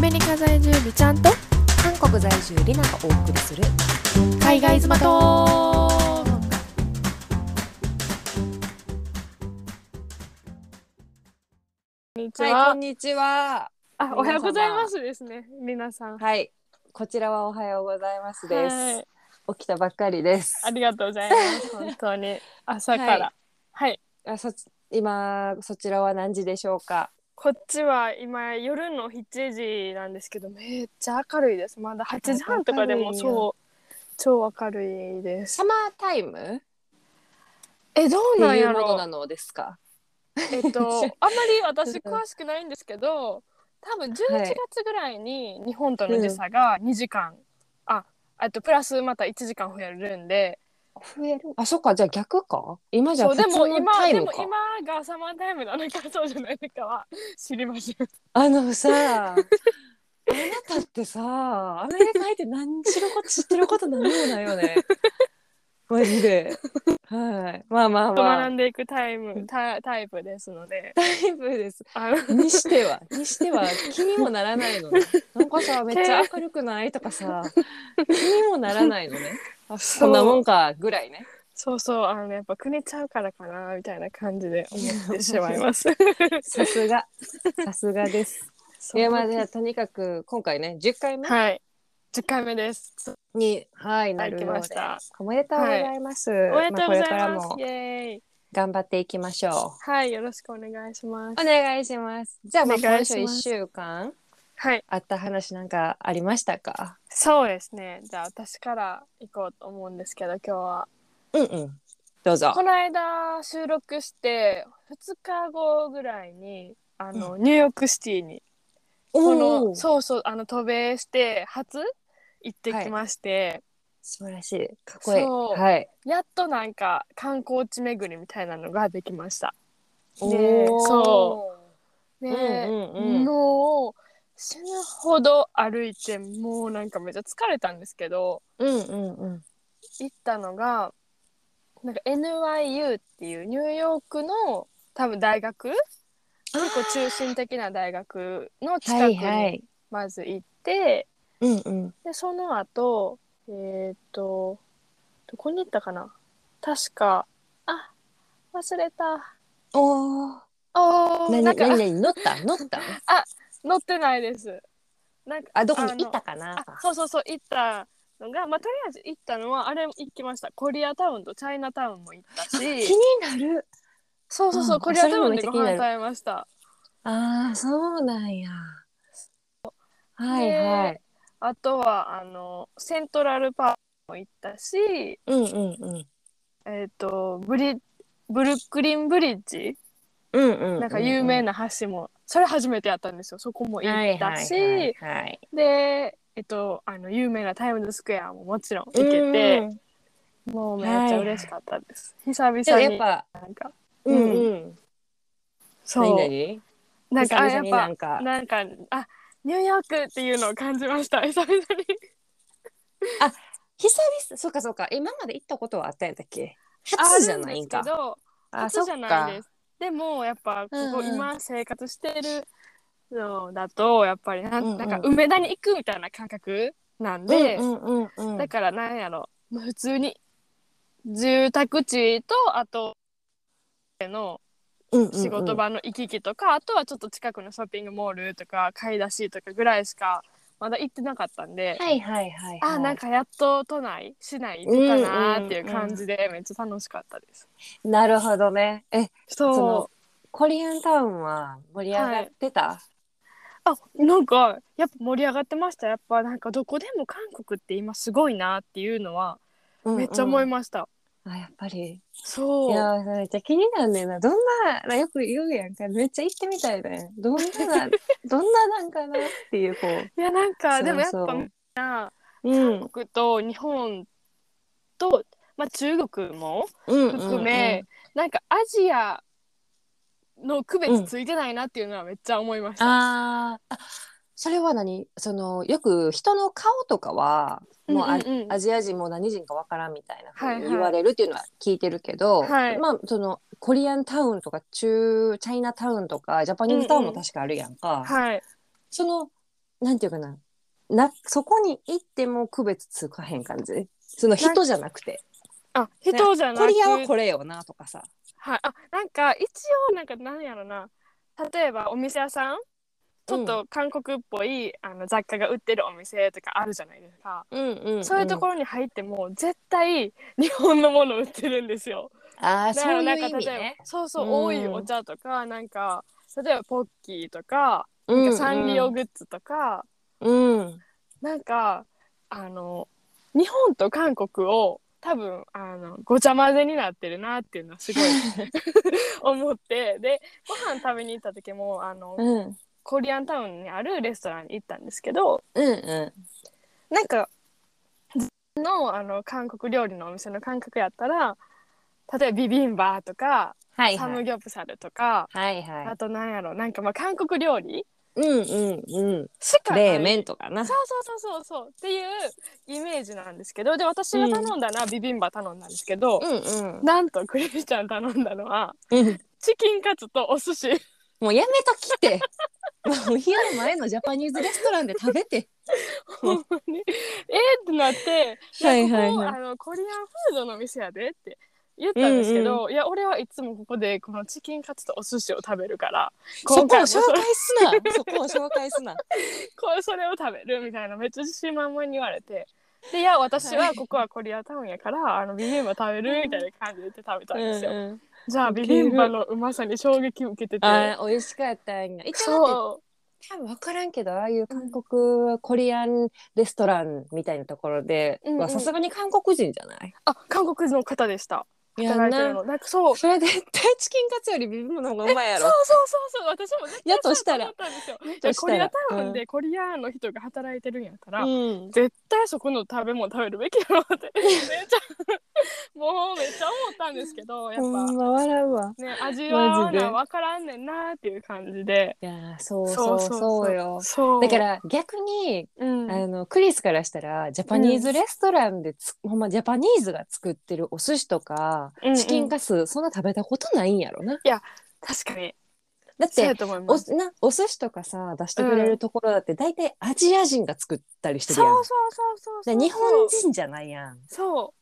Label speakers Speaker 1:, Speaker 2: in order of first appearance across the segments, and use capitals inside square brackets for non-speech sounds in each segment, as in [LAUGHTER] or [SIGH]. Speaker 1: メリカ在住美ちゃんと
Speaker 2: 韓国在住リナがお送りする
Speaker 1: 海外妻とこんにちは、
Speaker 2: はいこんにちは
Speaker 1: あおはようございますですね皆さん
Speaker 2: はいこちらはおはようございますです、
Speaker 1: はい
Speaker 2: 起きたばっかりです
Speaker 1: ありがとうございます本当 [LAUGHS] に朝からはい、
Speaker 2: あそ今そちらは何時でしょうか
Speaker 1: こっちは今夜の7時なんですけどめっちゃ明るいですまだ8時半とかで
Speaker 2: 明
Speaker 1: も
Speaker 2: るいよ
Speaker 1: そう超明るいです
Speaker 2: サマータイムって
Speaker 1: えどうなん
Speaker 2: い
Speaker 1: や
Speaker 2: うもの
Speaker 1: ろ
Speaker 2: なのですか
Speaker 1: えっと、
Speaker 2: [LAUGHS]
Speaker 1: あんまり私詳しくないんですけど多分11
Speaker 2: はい
Speaker 1: 月ぐらいに日本との時差が2時間、ああとプラスまた1時間増えるんで
Speaker 2: 増えるあそっかじゃあ逆か今じゃ
Speaker 1: そ
Speaker 2: 普
Speaker 1: うで
Speaker 2: 通
Speaker 1: も
Speaker 2: の
Speaker 1: 今
Speaker 2: タイ
Speaker 1: で
Speaker 2: ム
Speaker 1: も
Speaker 2: か
Speaker 1: 今がサマータイムなのかそうじゃないのかは知りません。
Speaker 2: あのさあなたってさアメリカ入って何しろこ知ってること何もないよねマジではいまあまあ [LAUGHS] ま
Speaker 1: 学
Speaker 2: あ
Speaker 1: んでいくタイムタタイプです
Speaker 2: [LAUGHS]
Speaker 1: ので
Speaker 2: タイプです
Speaker 1: あの
Speaker 2: にしてはにしては気にもならない [LAUGHS] のねなんかさめっちゃ明るくないとかさ気にもならないのねあ
Speaker 1: そう
Speaker 2: そんなもんかぐらいね
Speaker 1: そうそうあのねやっぱ国ちゃうからかなみたいな感じで思ってしま
Speaker 2: [LAUGHS]
Speaker 1: います。
Speaker 2: さすがさすがです [LAUGHS] いやまあじゃあとにかく今回ね10回目
Speaker 1: はい10回目です。
Speaker 2: にはいなるよう
Speaker 1: はい
Speaker 2: で
Speaker 1: 来ますした
Speaker 2: おめでとうございます、
Speaker 1: おめでとうござい
Speaker 2: あこれから
Speaker 1: ます。
Speaker 2: も
Speaker 1: イエーイ
Speaker 2: 頑張っていきましょ
Speaker 1: はい、よろしくお願いしま
Speaker 2: う。
Speaker 1: す
Speaker 2: お。願いします。じゃあ、まあ、
Speaker 1: お願
Speaker 2: 今
Speaker 1: いし
Speaker 2: 週
Speaker 1: ま
Speaker 2: 一
Speaker 1: す
Speaker 2: 週間
Speaker 1: はい、
Speaker 2: あった話なんかありましたか。
Speaker 1: そうですね。じゃあ私から行こうと思うんですけど、今日は
Speaker 2: うんうん。どうぞ
Speaker 1: こ。の間収録して2日後ぐらいにあの、ニューヨークシティにこ
Speaker 2: お
Speaker 1: の
Speaker 2: お。素
Speaker 1: そうそうあの渡米して初行ってきまして、
Speaker 2: 晴らしい。かっこいい。
Speaker 1: そう
Speaker 2: はい。
Speaker 1: やっとなんか観光地巡りみたいなのができました。
Speaker 2: お
Speaker 1: ね
Speaker 2: お。。
Speaker 1: そうね、
Speaker 2: うんうんうん。
Speaker 1: もう死ぬほど歩いてもうなんかめっちゃ疲れたんですけど
Speaker 2: うんうんうん。
Speaker 1: 行ったのがなんか NYU っていうニューヨークの多分大学結構中心的な大学の
Speaker 2: あー。
Speaker 1: 近
Speaker 2: は
Speaker 1: く
Speaker 2: いは
Speaker 1: に
Speaker 2: い。
Speaker 1: まず行って、
Speaker 2: うんうん。
Speaker 1: でその後えーっとどこに行ったかな確かあ忘れた
Speaker 2: おお。
Speaker 1: おー
Speaker 2: 何何
Speaker 1: なんか
Speaker 2: 何乗った乗った。
Speaker 1: [LAUGHS] 乗ってないですなんか
Speaker 2: あどこに
Speaker 1: の
Speaker 2: 行ったかな。
Speaker 1: あそうそうそう行ったのが、まあ、とりあえず行ったのはあれも行きましたコリアタウンとチャイナタウンも行った
Speaker 2: 気
Speaker 1: し
Speaker 2: になる。
Speaker 1: そうそうそう、
Speaker 2: うん
Speaker 1: コリアタウンで
Speaker 2: それ
Speaker 1: ご
Speaker 2: もめ
Speaker 1: 飯
Speaker 2: っちゃ気に
Speaker 1: 食
Speaker 2: な
Speaker 1: べました
Speaker 2: ああそうなんや。はい
Speaker 1: で
Speaker 2: はい。
Speaker 1: あとはあのセントラルパークも行ったし
Speaker 2: うんうんうん。
Speaker 1: えっ、とブリブルックリンブリッジ
Speaker 2: うんうんうう
Speaker 1: なんか有名な橋も、それ初めてやったんですよそこも行ったし、
Speaker 2: はいはいはいはい、
Speaker 1: でえっとあの有名なタイムズスクエアももちろん行けて、もうめっちゃ嬉しかったです、
Speaker 2: ちょっと
Speaker 1: 久々
Speaker 2: やっ
Speaker 1: に
Speaker 2: ぱ
Speaker 1: なんか
Speaker 2: うん
Speaker 1: う
Speaker 2: うん
Speaker 1: そう
Speaker 2: 何何
Speaker 1: なんか
Speaker 2: 久
Speaker 1: あや
Speaker 2: 々
Speaker 1: っ
Speaker 2: に
Speaker 1: ぱ
Speaker 2: なんか
Speaker 1: なんかあニューヨークっていうのを感じました久々に
Speaker 2: 久々そうかそうか今まで行ったことはあったんやったっけ
Speaker 1: あ
Speaker 2: 初じゃないんか
Speaker 1: あ [LAUGHS] るですけど
Speaker 2: あ
Speaker 1: 初
Speaker 2: そ
Speaker 1: じゃ
Speaker 2: っ
Speaker 1: ない
Speaker 2: か
Speaker 1: ですでもやっぱこ
Speaker 2: う
Speaker 1: こ
Speaker 2: んうん
Speaker 1: 今生活してるのだとやっぱりなん,、
Speaker 2: うんうん
Speaker 1: なんか梅田に行くみたいな感覚なんで、
Speaker 2: うんうんうんうん
Speaker 1: だからなんやろまあ普通に住宅地とあとの
Speaker 2: うんうんうん
Speaker 1: 仕事場の行き来とか、あとはちょっと近くのショッピングモールとか買い出しとかぐらいしかまだ行ってなかったんで、
Speaker 2: はいはいはい、は
Speaker 1: あ
Speaker 2: い、
Speaker 1: なんかやっと都内市内行ったなーっていう感じでめっちゃ楽しかったです。
Speaker 2: なるほどねえそ
Speaker 1: そ
Speaker 2: のコリアンタウンは盛り上がってた、
Speaker 1: うあなんかやっぱ盛り上がってましたやっぱなんかどこでも韓国って今すごいなっていうのは
Speaker 2: うんうん
Speaker 1: めっちゃ思いました。
Speaker 2: あやっぱりい
Speaker 1: そう
Speaker 2: やーめっちゃ気になんねんなどんなよく言うやんかめっちゃ行ってみたいねどん [LAUGHS] などんななんかなっていうこう
Speaker 1: いやなんか
Speaker 2: そう
Speaker 1: でもやっ
Speaker 2: そう
Speaker 1: ぱみんな
Speaker 2: うん
Speaker 1: 韓国と日本と、まあ、中国も含
Speaker 2: 含
Speaker 1: め、なんかアジアの区別ついてないなっていうのはめっちゃ思いました。
Speaker 2: あーあそれは何そのよく人の顔とかはもうあ、
Speaker 1: うんうんうん
Speaker 2: アジア人も何人かわからんみたいなふう
Speaker 1: はい
Speaker 2: に
Speaker 1: はい
Speaker 2: 言われるっていうのは聞いてるけど、
Speaker 1: はい
Speaker 2: まあそのコリアンタウンとか中チャイナタウンとかジャパニーズタウン
Speaker 1: う
Speaker 2: も
Speaker 1: んうん
Speaker 2: 確かあるやんか、
Speaker 1: はい
Speaker 2: そのなんていうかななそこに行っても区別つかへん感じその人じゃなくて
Speaker 1: あ人じゃな
Speaker 2: コ
Speaker 1: く
Speaker 2: リアはこれよなとかさ
Speaker 1: はい、あなんか一応なんかなんやろな例えばお店屋さんちょっと韓国っぽい、あの雑貨が売ってるお店とかあるじゃないですか、
Speaker 2: うんうん
Speaker 1: そういうところに入っても絶対日本のもの売ってるんですよ。
Speaker 2: ああ
Speaker 1: だ
Speaker 2: そ
Speaker 1: か
Speaker 2: う
Speaker 1: ら
Speaker 2: い
Speaker 1: なん
Speaker 2: う
Speaker 1: か
Speaker 2: 意味
Speaker 1: 例え
Speaker 2: ね
Speaker 1: ばそうそう、
Speaker 2: うん
Speaker 1: 多いお茶とかなんか例えばポッキーとか
Speaker 2: うんうん
Speaker 1: サンリオグッズとか、
Speaker 2: うん
Speaker 1: なんかあの日本と韓国を多分あのごちゃ混ぜになってるなっていうのはすごい [LAUGHS] 思ってでご飯食べに行った時もあの
Speaker 2: うんうん
Speaker 1: コリアンタウンにあるレストランに行ったんですけど
Speaker 2: う
Speaker 1: なんかのあの韓国料理のお店の感覚やったら例えばビビンバとか
Speaker 2: はい
Speaker 1: サ
Speaker 2: は
Speaker 1: ム
Speaker 2: い
Speaker 1: ギョプサルとか、
Speaker 2: はいは
Speaker 1: あとなんやろなんかまあ韓国料理
Speaker 2: いうんうんうん
Speaker 1: しかない
Speaker 2: 冷麺とかな
Speaker 1: そうそうそうそうそうっていうイメージなんですけどで私が頼んだのはビビンバ頼んだんですけど、
Speaker 2: うんうん
Speaker 1: なんとクリスチャン頼んだのは
Speaker 2: うん
Speaker 1: チキンカツとお寿司 [LAUGHS]
Speaker 2: もうやめときてもう昼前のジャパニーズレストランで食べて
Speaker 1: ほんまにえー、ってなって「いや
Speaker 2: はいはいはい
Speaker 1: ここあのコリアンフードの店やで」って言ったんですけど、いや俺はいつもここでこのチキンカツとお寿司を食べるから
Speaker 2: そ
Speaker 1: 今
Speaker 2: こを
Speaker 1: 回
Speaker 2: 紹
Speaker 1: も
Speaker 2: 介
Speaker 1: それ
Speaker 2: すなそこを紹介すな
Speaker 1: これそれを食べるみたいなめっちゃ自信満々に言われて。でいや私はここはコリアタウンやからあのビビンバ食べるみたいな感じで言って食べたんですよ。
Speaker 2: うんうん
Speaker 1: じゃあ
Speaker 2: ウケ
Speaker 1: ビ
Speaker 2: る
Speaker 1: ビンバのうまさに衝撃を受けてて
Speaker 2: あー美味しかったんや一応だって
Speaker 1: そう
Speaker 2: 多分分からんけどああいう韓国コリアンレストランみたいなところで
Speaker 1: うんうん
Speaker 2: はさすがに韓国人じゃない
Speaker 1: あ韓国の方でした
Speaker 2: や
Speaker 1: 働
Speaker 2: ん
Speaker 1: いてる
Speaker 2: な
Speaker 1: のなんかそう
Speaker 2: それ絶対チキンカツよりビビンバの方がうまいや
Speaker 1: そう
Speaker 2: ろ
Speaker 1: そうそうそう私も絶対
Speaker 2: やとしたら
Speaker 1: そうだと思ったんですよ
Speaker 2: と
Speaker 1: で
Speaker 2: し
Speaker 1: コ
Speaker 2: た
Speaker 1: リ
Speaker 2: ら
Speaker 1: アタウンでコリアの人が働いてるんやから、
Speaker 2: うん
Speaker 1: 絶対そこの食べ物食べるべきやろ
Speaker 2: [LAUGHS]
Speaker 1: ってめっちゃもうめっちゃ思ったんですけどやっ
Speaker 2: ほ
Speaker 1: ぱ
Speaker 2: んま笑うわ
Speaker 1: ね味は
Speaker 2: マジで
Speaker 1: な分からんねんなっていう感じで
Speaker 2: いやーそうそうそうよ
Speaker 1: そう
Speaker 2: だから逆に、
Speaker 1: うん
Speaker 2: あのクリスからしたらジャパニーズレストランでつ、ほんまジャパニーズが作ってるお寿司とか、
Speaker 1: うんうん
Speaker 2: チキンカツそんな食べたことないんやろな
Speaker 1: 確かに
Speaker 2: だっ
Speaker 1: そ
Speaker 2: て
Speaker 1: うやと思いま
Speaker 2: お
Speaker 1: す
Speaker 2: なお寿司とかさ出してくれるところだって大体アジア人が作ったりしてるやん、
Speaker 1: そうそうそうそうそう
Speaker 2: で日本人じゃないやん
Speaker 1: そう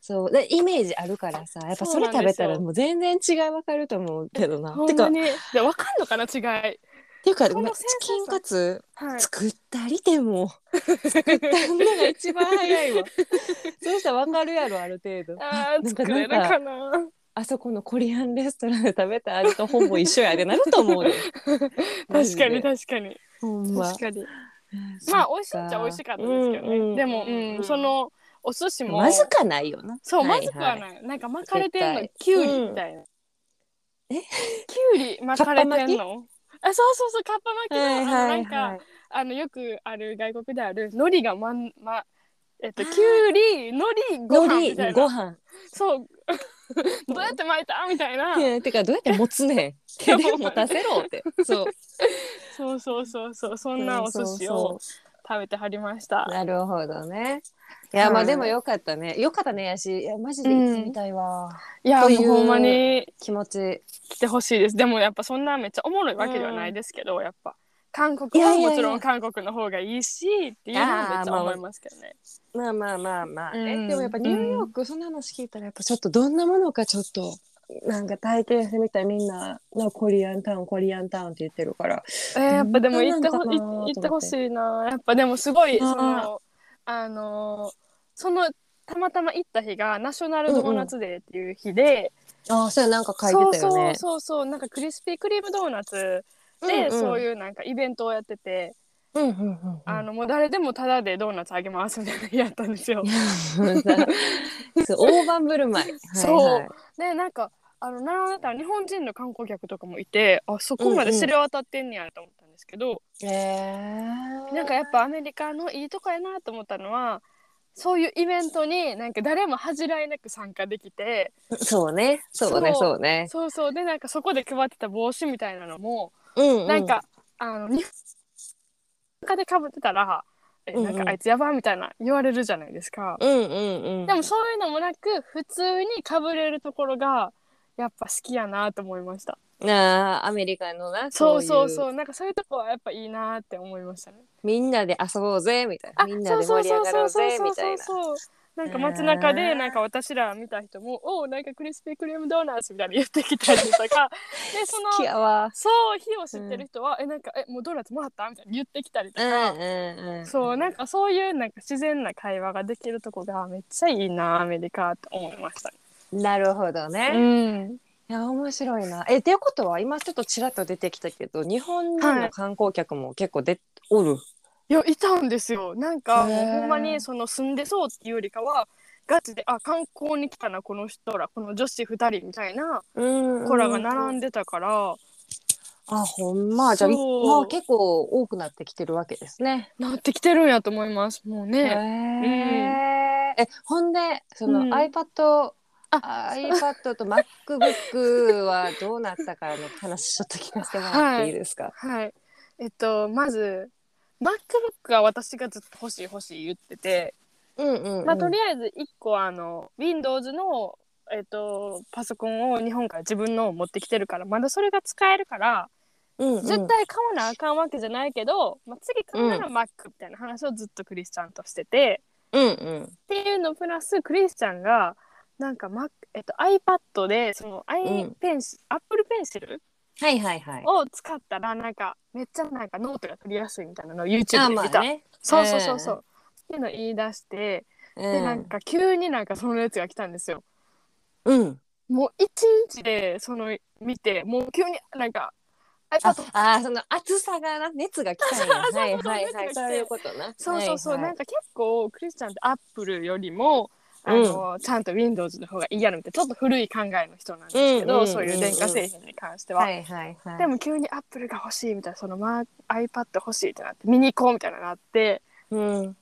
Speaker 2: そうでイメージあるからさやっぱそれ食べたらもう全然違いわかると思うけどな
Speaker 1: ほ
Speaker 2: て
Speaker 1: ん
Speaker 2: か
Speaker 1: ま
Speaker 2: っ
Speaker 1: に。で、わかんのかな、違い。
Speaker 2: ていうか
Speaker 1: その
Speaker 2: ごめんチ
Speaker 1: センサー
Speaker 2: キンカツ
Speaker 1: はい。
Speaker 2: 作ったりても
Speaker 1: [LAUGHS]
Speaker 2: 作ったんのが一番早 [LAUGHS] いわそうしたらわかるやろある程度
Speaker 1: ああ、作れるかな。
Speaker 2: あそこのコリアンレストランで食べた味とほぼ一緒やでなると思うでマ
Speaker 1: [LAUGHS] 確
Speaker 2: ジ
Speaker 1: か
Speaker 2: で
Speaker 1: に、確かに。
Speaker 2: ほんま
Speaker 1: 確かに。まあ、美味しいっちゃ美味しかったですけ
Speaker 2: うん
Speaker 1: ど
Speaker 2: うん
Speaker 1: ね。でも、うん、その、お寿司も。
Speaker 2: まずかないよな
Speaker 1: そう、まずくは
Speaker 2: は
Speaker 1: ない。なんか巻かれてんの
Speaker 2: 絶、
Speaker 1: きゅ
Speaker 2: 対
Speaker 1: うりみたいな。
Speaker 2: うんえ
Speaker 1: きゅうり巻かれてんのあ、そうそうそう、かっぱ巻き
Speaker 2: い
Speaker 1: の、
Speaker 2: はい
Speaker 1: あの
Speaker 2: は
Speaker 1: ないんか、
Speaker 2: はい
Speaker 1: あの、よくある外国である、海苔がまん、ま、えっと、きゅうり、海苔、ご飯み
Speaker 2: 海
Speaker 1: た
Speaker 2: 苔
Speaker 1: いな
Speaker 2: ご。飯
Speaker 1: そう。どうやって巻いたみたいな。
Speaker 2: いやてかどうやって持つ
Speaker 1: [LAUGHS]
Speaker 2: ねん手で持たせろってそう
Speaker 1: そうそうそうそう [LAUGHS] そんなお寿司を食べてはりました。
Speaker 2: なるほどねいやま
Speaker 1: は
Speaker 2: あ
Speaker 1: い
Speaker 2: でもよかったねよかったねやしいやマジで行ってみたいわ、
Speaker 1: いや
Speaker 2: とい
Speaker 1: も
Speaker 2: う
Speaker 1: うほんまに
Speaker 2: 気持ち
Speaker 1: 来てほしいです。でもやっぱそんなめっちゃおもろいわけではないですけど、やっぱ韓
Speaker 2: い
Speaker 1: 国
Speaker 2: や
Speaker 1: は
Speaker 2: やい
Speaker 1: い
Speaker 2: や
Speaker 1: もちろん韓国の方がいいしっていうのはめっちゃ思いますけどね。
Speaker 2: まあまあまあまあね、
Speaker 1: うん
Speaker 2: でもやっぱニューヨークそんな話聞いたらやっぱちょっとどんなものかちょっとなんか体験してみたいみんなのコリアンタウンコリアンタウンって言ってるから
Speaker 1: えーやっぱでも行ってほ
Speaker 2: うん
Speaker 1: 行ってほしいな。やっぱでもすごい
Speaker 2: うん
Speaker 1: そのあのそのたまたま行った日がナショナルドーナツデーっていう日で、
Speaker 2: ああそうやなんか書いてたよね
Speaker 1: そうそうそうそうなんかクリスピークリームドーナツで、そういうなんかイベントをやってて。
Speaker 2: うんうんうんうん
Speaker 1: あのもう誰でもタダでドーナツあげますみたいな日やったんですよ
Speaker 2: い。や
Speaker 1: [LAUGHS]
Speaker 2: もうさそう大盤振る舞い。
Speaker 1: そうでなんかあの並んでたら日本人の観光客とかもいてあそこまで知れ渡ってんねやと思ったんですけど、
Speaker 2: いはい、えー
Speaker 1: なんかやっぱアメリカのいいとこやなと思ったのはそういうイベントになんか誰も恥じらいなく参加できて
Speaker 2: そうね、そうね、
Speaker 1: そう
Speaker 2: そうね。
Speaker 1: そうそうでなんかそこで配ってた帽子みたいなのも、
Speaker 2: うん、
Speaker 1: なん、かあの日本でかぶってたら「えなん
Speaker 2: うんうん
Speaker 1: かあいつやば」みたいな言われるじゃないですか。
Speaker 2: うんうんうん。
Speaker 1: でもそういうのもなく普通にかぶれるところがやっぱ好きやなと思いました。
Speaker 2: なあアメリカのなそう
Speaker 1: そ
Speaker 2: う
Speaker 1: そ
Speaker 2: そうう
Speaker 1: そ
Speaker 2: そう
Speaker 1: うなんかそういうとこはやっぱいいなって思いましたね
Speaker 2: みんなで遊ぼうぜみたい
Speaker 1: あ
Speaker 2: なみんなで盛り上がろうぜみたいな
Speaker 1: そうそうそうそうそうなんか街中
Speaker 2: ね
Speaker 1: で
Speaker 2: え
Speaker 1: なんか私ら見た人も「おおなんかクリスピークリームドーナツ」みたいに言ってきたりと
Speaker 2: [LAUGHS]
Speaker 1: かでそ
Speaker 2: 好き
Speaker 1: の
Speaker 2: やわ
Speaker 1: そう日を知ってる人は「えなんかえもうドーナツもらった?」みたいに言ってきたり
Speaker 2: う
Speaker 1: と
Speaker 2: ん
Speaker 1: か、
Speaker 2: うんうん
Speaker 1: そうなんかそういうなんか自然な会話ができるとこがめっちゃいいなアメリカと思いました、
Speaker 2: なるほどね、い
Speaker 1: うん、
Speaker 2: や面白いなえっていうことは今ちょっとちらっと出てきたけど日本人の観光客も結構で、おる
Speaker 1: いやいたんですよなんかもう
Speaker 2: へえ
Speaker 1: ほんまにその住んでそうっていうよりかはガチであ観光に来たなこの人らこの女子2人みたいな
Speaker 2: うん
Speaker 1: 子らが並ん
Speaker 2: で
Speaker 1: でたから、
Speaker 2: あほんまじゃあい
Speaker 1: そう
Speaker 2: まあ結構多くなってきてるわけですね
Speaker 1: なってきてるんやと思いますもう
Speaker 2: へ
Speaker 1: ね、
Speaker 2: ええほんでその、
Speaker 1: うん
Speaker 2: iPad あ iPad と MacBook はどうなったかの話ちょっと聞かせてもらっていいですか、
Speaker 1: はいえっとまず MacBook は私がずっと欲しい欲しい言ってて、
Speaker 2: うんうんうん
Speaker 1: まあとりあえず1個あの Windows のえっとパソコンを日本から自分のを持ってきてるからまだそれが使えるか
Speaker 2: うん
Speaker 1: ら、
Speaker 2: うん
Speaker 1: 絶対買わなあかんわけじゃないけど、まあ、次買うなら Mac みたいな話をずっとクリスチャンとしてて、
Speaker 2: うんうん
Speaker 1: っていうのプラスクリスチャンがなんか、Mac えっと、iPad でその i
Speaker 2: うん
Speaker 1: ペンシ、Apple Pencil
Speaker 2: はいはいはい
Speaker 1: を使ったらなんかめっちゃなんかノートが取りやすいみたいなのを YouTube
Speaker 2: あ
Speaker 1: で
Speaker 2: ま
Speaker 1: 見た、
Speaker 2: あね
Speaker 1: そうそうそうそう、っていうのを言い出して、
Speaker 2: うん
Speaker 1: でなんか急になんかそのやつが来たんですよ
Speaker 2: うん
Speaker 1: もう一日でその見てもう急になんか iPad
Speaker 2: ああーその暑さがな熱が来 [LAUGHS] たんやはいはい
Speaker 1: 熱が
Speaker 2: はい
Speaker 1: 来て
Speaker 2: そういうことな
Speaker 1: そうそうそう、
Speaker 2: はいは
Speaker 1: ないんか結構クリスチャンってアップルよりもあの、ちゃんと Windows の方がいいやるみたいなちょっと古い考えの人なんですけ
Speaker 2: う
Speaker 1: ど、
Speaker 2: んうん
Speaker 1: そういう電化製品に関しては。
Speaker 2: はいはいはい
Speaker 1: でも急にアップルが欲しいみたいなその、まあ、iPad 欲しいってなって見に行こうみたいなのがあって
Speaker 2: うん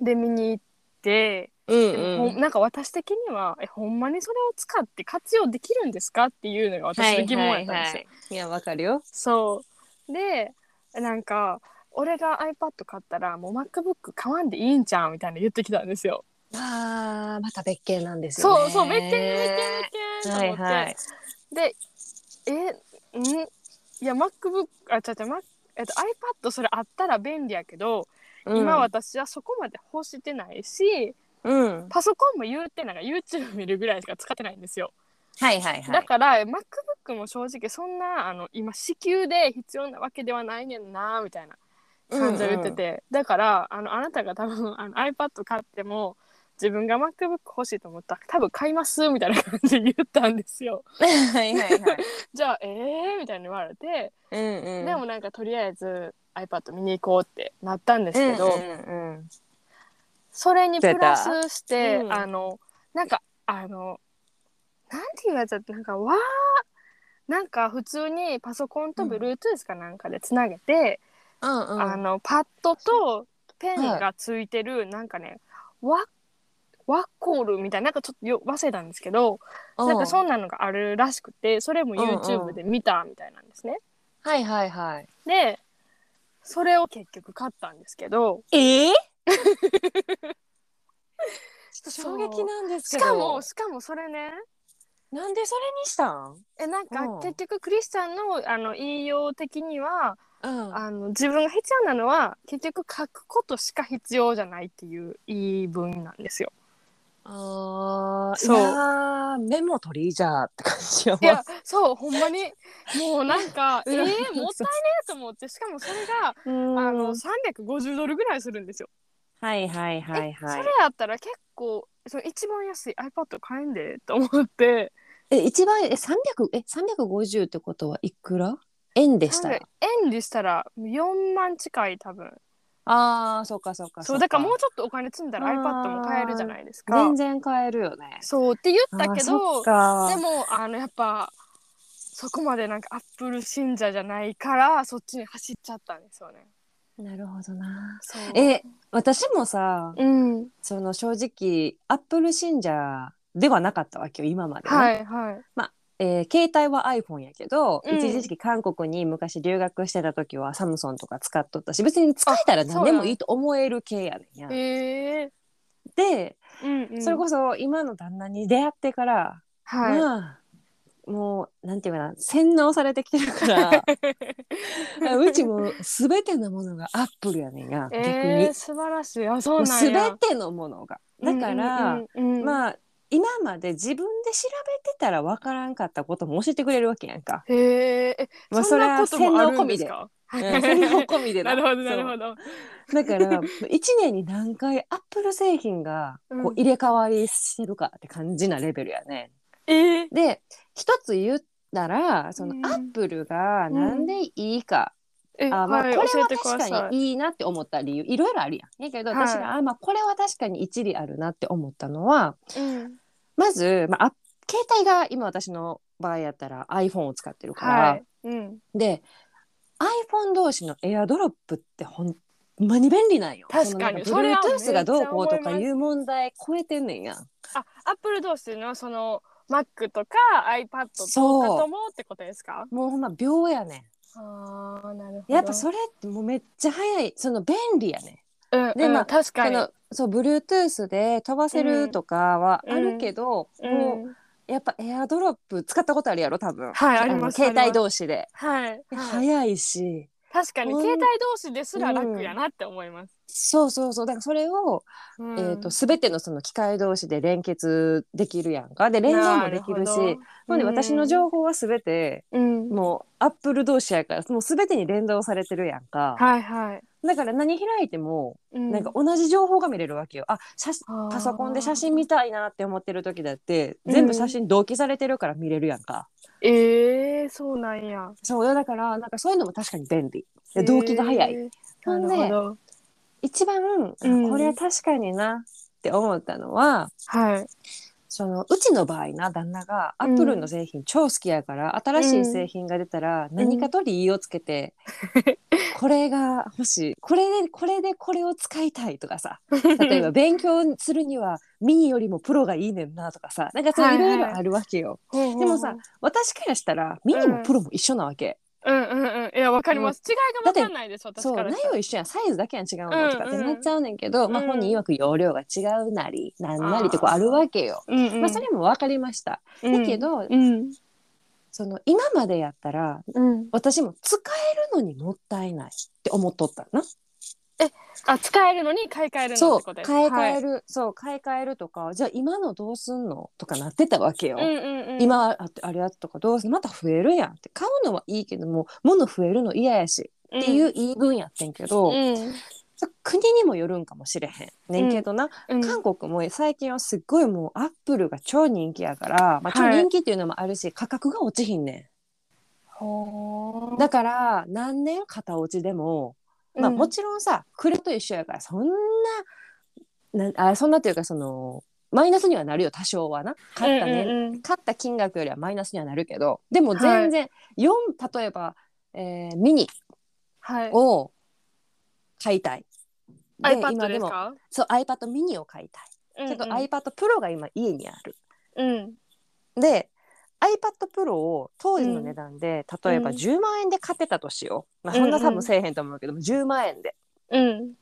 Speaker 1: で見に行って、
Speaker 2: うん
Speaker 1: で
Speaker 2: う
Speaker 1: もほん
Speaker 2: ん
Speaker 1: なんか私的にはえほんまにそれを使って活用できるんですかっていうのが私の疑問やったんですよ。
Speaker 2: いやわかるよ
Speaker 1: そうでなんか俺が iPad 買ったらもう MacBook 買わんでいいんちゃうみたいな言ってきたんですよ。
Speaker 2: あーまた別件なんですよね
Speaker 1: そうそうめっちゃめっちゃめっちゃと思って、
Speaker 2: はいはい
Speaker 1: でえんいや MacBook あちゃちゃ、Mac えっと、iPad それあったら便利やけど、
Speaker 2: うん
Speaker 1: 今私はそこまで欲してないし
Speaker 2: うん
Speaker 1: パソコンも言うてなんか YouTube 見るぐらいしか使ってないんですよ、
Speaker 2: はいはいは
Speaker 1: だ
Speaker 2: い
Speaker 1: から MacBook も正直そんなあの今支給で必要なわけではないねんなみたいな感じを言ってて、だからあのあなたが多分あの iPad 買っても自分が MacBook 欲しいと思ったら多分買いますみたいな感じで言ったんですよ。
Speaker 2: はいはいはい
Speaker 1: じゃあえー、みたいに言われて、
Speaker 2: うんうん
Speaker 1: でもなんかとりあえず iPad 見に行こうってなったんです
Speaker 2: うん
Speaker 1: けど、
Speaker 2: うんうん
Speaker 1: それにプラスして、
Speaker 2: うん
Speaker 1: あのなんかあのなんて言うやつだったなんかわーなんか普通にパソコンと
Speaker 2: うん
Speaker 1: Bluetooth かなんかでつなげて、
Speaker 2: うんうん
Speaker 1: あのパッドとペンがついてる、なんかねワワッコールみたいななんかちょっとよ忘れたんですけど、なんかそんなのがあるらしくてそれ
Speaker 2: う
Speaker 1: も
Speaker 2: んう
Speaker 1: YouTube
Speaker 2: ん
Speaker 1: で見たみたいなんですね。
Speaker 2: はいはいはい
Speaker 1: でそれを結局買ったんですけど
Speaker 2: [LAUGHS] ええ
Speaker 1: そ
Speaker 2: 衝
Speaker 1: う
Speaker 2: 撃なんです
Speaker 1: し
Speaker 2: けど
Speaker 1: かもしかもそれね
Speaker 2: なんでそれにしたん
Speaker 1: えなんか
Speaker 2: うん
Speaker 1: 結局クリスチャンのあの引用的には
Speaker 2: うん
Speaker 1: あの自分が必要なのは結局書くことしか必要じゃないっていう言い分なんですよ。
Speaker 2: あー
Speaker 1: そう
Speaker 2: いやーメモ取りじゃあって感じよ
Speaker 1: いやそうほんまにもうな
Speaker 2: [LAUGHS]
Speaker 1: んかえー、もったいねえと思ってしかもそれが
Speaker 2: あ
Speaker 1: あの350ドルぐらいするんですよ。
Speaker 2: はいはいはいはい
Speaker 1: それやったら結構その一番安い iPad 買えんでと思って
Speaker 2: え一番え三百え三百五十ってことはいくら円でした
Speaker 1: なん
Speaker 2: ら
Speaker 1: か円にしたら4万近い多分
Speaker 2: ああそうかそうか
Speaker 1: そうだからも
Speaker 2: う
Speaker 1: うちょっとお金積んだら
Speaker 2: あ
Speaker 1: iPad
Speaker 2: ー
Speaker 1: も買えるじゃないですか
Speaker 2: 全。然買えるよね
Speaker 1: そうって言ったけどで
Speaker 2: あーそっか
Speaker 1: もあのやっぱそこまでなんかアップル信者じゃないからそっちに走っちゃったんですよね。
Speaker 2: なるほどな
Speaker 1: そう
Speaker 2: え私もさ
Speaker 1: うん
Speaker 2: その正直アップル信者ではなかったわけよ今までは、
Speaker 1: はいはい。
Speaker 2: えー携帯は iPhone やけど、
Speaker 1: うん
Speaker 2: 一時期韓国に昔留学してた時はサムソンとか使っとったし別に使えたら何でもいいと思える系やねんや。
Speaker 1: え
Speaker 2: で
Speaker 1: ー、うん、うん、
Speaker 2: それこそ今の旦那に出会ってから、
Speaker 1: はい、
Speaker 2: まあもうなんていうかな洗脳されてきてるから
Speaker 1: [LAUGHS]
Speaker 2: あうちもすべてのものがアップルやねんや逆に、
Speaker 1: えー、素晴らしいあそう
Speaker 2: もう
Speaker 1: なん
Speaker 2: すべ
Speaker 1: や
Speaker 2: てのものがだから、
Speaker 1: あ
Speaker 2: まあ今まで自分で調べてたらわからんかったことも教えてくれるわけやんか、
Speaker 1: へええ
Speaker 2: まあ、
Speaker 1: そんなこともあ
Speaker 2: 洗
Speaker 1: る
Speaker 2: 脳込
Speaker 1: んで
Speaker 2: み
Speaker 1: す
Speaker 2: で、
Speaker 1: か
Speaker 2: うん、洗脳込みで
Speaker 1: [LAUGHS] なるほどなる
Speaker 2: ど
Speaker 1: ほど
Speaker 2: だから一年に何回アップル製品がこ
Speaker 1: う
Speaker 2: うん入れ替わりしてるかって感じなレベルやね。
Speaker 1: えー
Speaker 2: で一つ言ったらその
Speaker 1: うん
Speaker 2: アップルがなんでいいか、
Speaker 1: え
Speaker 2: あまあ、
Speaker 1: はい
Speaker 2: これ
Speaker 1: 教え
Speaker 2: は
Speaker 1: てくだ
Speaker 2: 確
Speaker 1: さ
Speaker 2: か
Speaker 1: い
Speaker 2: にいいなって思った理由いろいろあるやん。やけど
Speaker 1: はい
Speaker 2: 私が、あまあ、これは確かに一理あるなって思ったのは
Speaker 1: うん
Speaker 2: まず、まあ、あ携帯が今私の場合やったら iPhone を使ってるから、
Speaker 1: はいうん
Speaker 2: で iPhone 同士の AirDrop ってほんまに便利なんよ
Speaker 1: 確かに
Speaker 2: そのなんか
Speaker 1: それはめっち
Speaker 2: Bluetooth
Speaker 1: ゃ
Speaker 2: がどうこうと
Speaker 1: 思い
Speaker 2: か
Speaker 1: ます
Speaker 2: いう問題超えてんねんやん
Speaker 1: あアップル同士のその Mac とか iPad とか
Speaker 2: そう
Speaker 1: ともってことですか
Speaker 2: もうほんま秒やね
Speaker 1: あーなるほ
Speaker 2: ん
Speaker 1: ど
Speaker 2: やっぱそれってもうめっちゃ早いその便利やね
Speaker 1: うん
Speaker 2: で
Speaker 1: うん
Speaker 2: まあ
Speaker 1: 確か
Speaker 2: そ
Speaker 1: に
Speaker 2: のそう Bluetooth で飛ばせるとかはあるけど、も
Speaker 1: うん
Speaker 2: うやっぱ AirDrop 使ったことあるやろ多分
Speaker 1: はいあ
Speaker 2: の
Speaker 1: ります
Speaker 2: 携
Speaker 1: あ
Speaker 2: 帯
Speaker 1: ります
Speaker 2: 同士で、
Speaker 1: はいはい
Speaker 2: 早いし
Speaker 1: 確かに
Speaker 2: ほん
Speaker 1: 携帯同士ですら楽やなって思います。
Speaker 2: そうそうそうだからそれを
Speaker 1: うん
Speaker 2: えー、と全てのその機械同士で連結できるやんかで連動もできるしな
Speaker 1: なほど
Speaker 2: ので私の情報は全て
Speaker 1: うん、
Speaker 2: もうアップル同士やからもう全てに連動されてるやんか
Speaker 1: はいはい。
Speaker 2: だから何開いても
Speaker 1: う
Speaker 2: なんか同じ情報が見れるわけよあ写真
Speaker 1: あー
Speaker 2: パソコンで写真見たいなって思ってる時だって全部写真同期されてるから見れるやんか、
Speaker 1: えー、そうなんや。
Speaker 2: そうだからなんかそういうのも確かに便利で動機が早い、
Speaker 1: えー
Speaker 2: ほんで
Speaker 1: なるほど。
Speaker 2: 一番、あ
Speaker 1: うん
Speaker 2: これは確かになって思ったのは、
Speaker 1: はい。
Speaker 2: そのうちの場合な旦那がア
Speaker 1: うん
Speaker 2: ップルの製品超好きやから、新しい製品が出たら何かと理由をつけて、これが欲しいこれでこれでこれを使いたいとか
Speaker 1: [LAUGHS]
Speaker 2: さ例えば勉強するにはミニよりもプロがいいねんなとかさなんかそう
Speaker 1: はい
Speaker 2: い
Speaker 1: は
Speaker 2: ろ
Speaker 1: い
Speaker 2: いろあるわけよ、
Speaker 1: ほうほうほう
Speaker 2: でもさ、私からしたらミニもプロも一緒なわけ、
Speaker 1: うんうんうん。いや、わかります。違いがわかんないです、私
Speaker 2: そう
Speaker 1: から
Speaker 2: 内
Speaker 1: したら。
Speaker 2: 容一緒やんサイズだけやん違うのとかって
Speaker 1: うんうん
Speaker 2: なっちゃうねんけど、まあ、
Speaker 1: うん
Speaker 2: 本人曰く容量が違うなりなんなりとこうあるわけよ。
Speaker 1: うんうん
Speaker 2: まあ、それも分かりました、
Speaker 1: うん
Speaker 2: だけど
Speaker 1: うん。
Speaker 2: その今までやったら
Speaker 1: うん。
Speaker 2: 私も使えるのにもったいないって思っとったな。
Speaker 1: あ、使えるのに買い替えるの
Speaker 2: そう
Speaker 1: ってことです
Speaker 2: 買い替え
Speaker 1: る。
Speaker 2: る、そう買い替えるとかじゃあ今のどうすんのとかなってたわけよ。
Speaker 1: はい、うんうんうん。
Speaker 2: 今ああれやったとかどうすんまた増えるやんって買うのはいいけども物増えるの嫌やし
Speaker 1: っ
Speaker 2: っていう言い分やってんけど、
Speaker 1: うん
Speaker 2: 国にもよるんかもしれへんねんけどな、
Speaker 1: うん。
Speaker 2: 韓国も最近はすっごいもうアップルが超人気やから、まあ、超
Speaker 1: はい
Speaker 2: 人気っていうのもあるし、価格が落ちひんね
Speaker 1: ほ
Speaker 2: んだから何年片落ちでもまあ、もちろんされと一緒やからそんななあそんなというかそのマイナスにはなるよ多少はな買ったね、
Speaker 1: うんうんうん
Speaker 2: 買った金額よりはマイナスにはなるけどでも全然、四例えば、えーミニ
Speaker 1: はい。
Speaker 2: を買いたい。で
Speaker 1: iPad
Speaker 2: 今
Speaker 1: です
Speaker 2: も
Speaker 1: か
Speaker 2: そう iPad ミニを買いたいけど、
Speaker 1: うんうん
Speaker 2: iPad プロが今家にある。
Speaker 1: うん。
Speaker 2: で iPad プロを当時の
Speaker 1: うん
Speaker 2: 値段で、例えば
Speaker 1: うん
Speaker 2: 10万円で買ってたとしよう、まあ、そんな多分せえへんと思うけど、10万円で
Speaker 1: うん。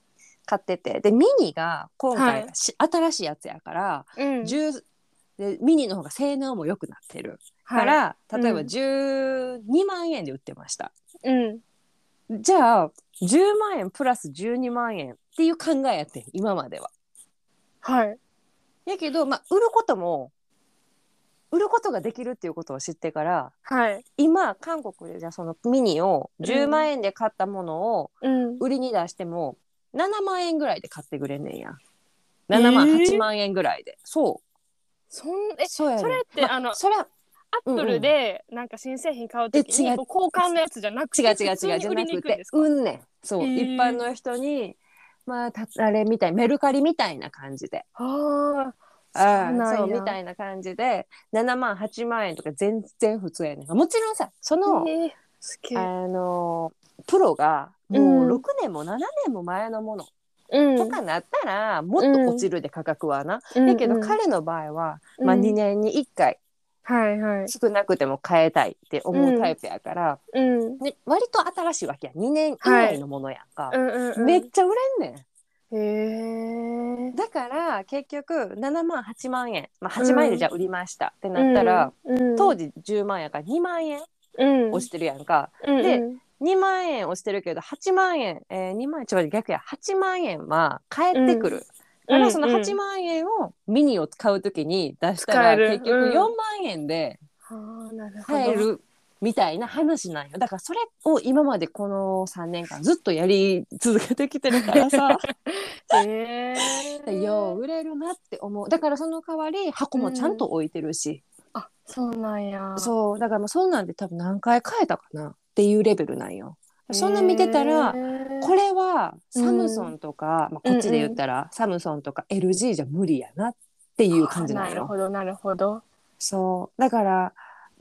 Speaker 2: 買っててでミニが今回
Speaker 1: は
Speaker 2: がし、新しいやつやから、
Speaker 1: うん。
Speaker 2: 10でミニの方が性能も良くなってる
Speaker 1: は
Speaker 2: か
Speaker 1: い、
Speaker 2: ら、例えば
Speaker 1: うん
Speaker 2: 12万円で売ってました、
Speaker 1: うん。
Speaker 2: じゃあ10万円プラス12万円っていう考えやってん今までは
Speaker 1: はい。
Speaker 2: やけど、まあ、売ることも売ることができるっていうことを知ってから
Speaker 1: はい。
Speaker 2: 今韓国でじゃあそのミニを10万円で買ったものを
Speaker 1: うん。
Speaker 2: 売りに出しても7万円ぐらいで買ってくれんねんや7万、
Speaker 1: えー
Speaker 2: 8万円ぐらいでそう
Speaker 1: そんえ
Speaker 2: そうやねん
Speaker 1: それってあの
Speaker 2: それは
Speaker 1: アップルでなんか新製品買うとき
Speaker 2: え違
Speaker 1: に
Speaker 2: う
Speaker 1: こう交換のやつじゃなく
Speaker 2: 違
Speaker 1: て
Speaker 2: う違う違うじゃ
Speaker 1: 普通に売り
Speaker 2: な
Speaker 1: に行
Speaker 2: く
Speaker 1: くん
Speaker 2: て
Speaker 1: ですか
Speaker 2: うんねんそう、
Speaker 1: えー
Speaker 2: 一般の人にまあたあれみたいメルカリみたいな感じで
Speaker 1: ああ
Speaker 2: あ
Speaker 1: そうなん
Speaker 2: あ
Speaker 1: や
Speaker 2: そうみたいな感じで7万8万円とか全然普通やねんもちろんさその、
Speaker 1: えーすげえ
Speaker 2: あのプロがも
Speaker 1: ん
Speaker 2: うう6年も7年も前のもの
Speaker 1: うん
Speaker 2: とかなったら、もっと落ちるで価格はな、だけど彼の場合は、まあ、2年に1回
Speaker 1: はいはい
Speaker 2: 少なくても変えたいって思うタイプやから、
Speaker 1: うん
Speaker 2: ね割と新しいわけや2年以内のものやんか、
Speaker 1: うんうん
Speaker 2: めっちゃ売れんねん。
Speaker 1: へえ。
Speaker 2: だから結局7万8万円、まあ、8万円でじゃあ売りましたってなったら、
Speaker 1: うん、うん
Speaker 2: 当、時10万円やから2万円
Speaker 1: うん、
Speaker 2: 押してるやんか、
Speaker 1: で、
Speaker 2: で
Speaker 1: うん
Speaker 2: 2万円押してるけど8万円、えー、2万円ちょ逆や8万円は返ってくる、だからその8万円をミニを使う時に出した
Speaker 1: 使
Speaker 2: ら
Speaker 1: える
Speaker 2: 結局
Speaker 1: うん
Speaker 2: 4万円で
Speaker 1: あーなるほど
Speaker 2: 買えるみたいな話なんよだからそれを今までこの3年間ずっとやり続けてきてるから
Speaker 1: [LAUGHS]
Speaker 2: さ
Speaker 1: へえ。
Speaker 2: よう売れるなって思うだからその代わり箱もちゃんと置いてるし、
Speaker 1: あ、そうなんや。
Speaker 2: そうだからもうそうなんで多分何回変えたかなっていうレベルなんよ。そんな見てたら、
Speaker 1: へー
Speaker 2: これはサムソンとか、まあ、こっちで言ったらサムソンとか LG じゃ無理やなっていう感じな
Speaker 1: る
Speaker 2: の。
Speaker 1: ほどなるほど。
Speaker 2: そうだから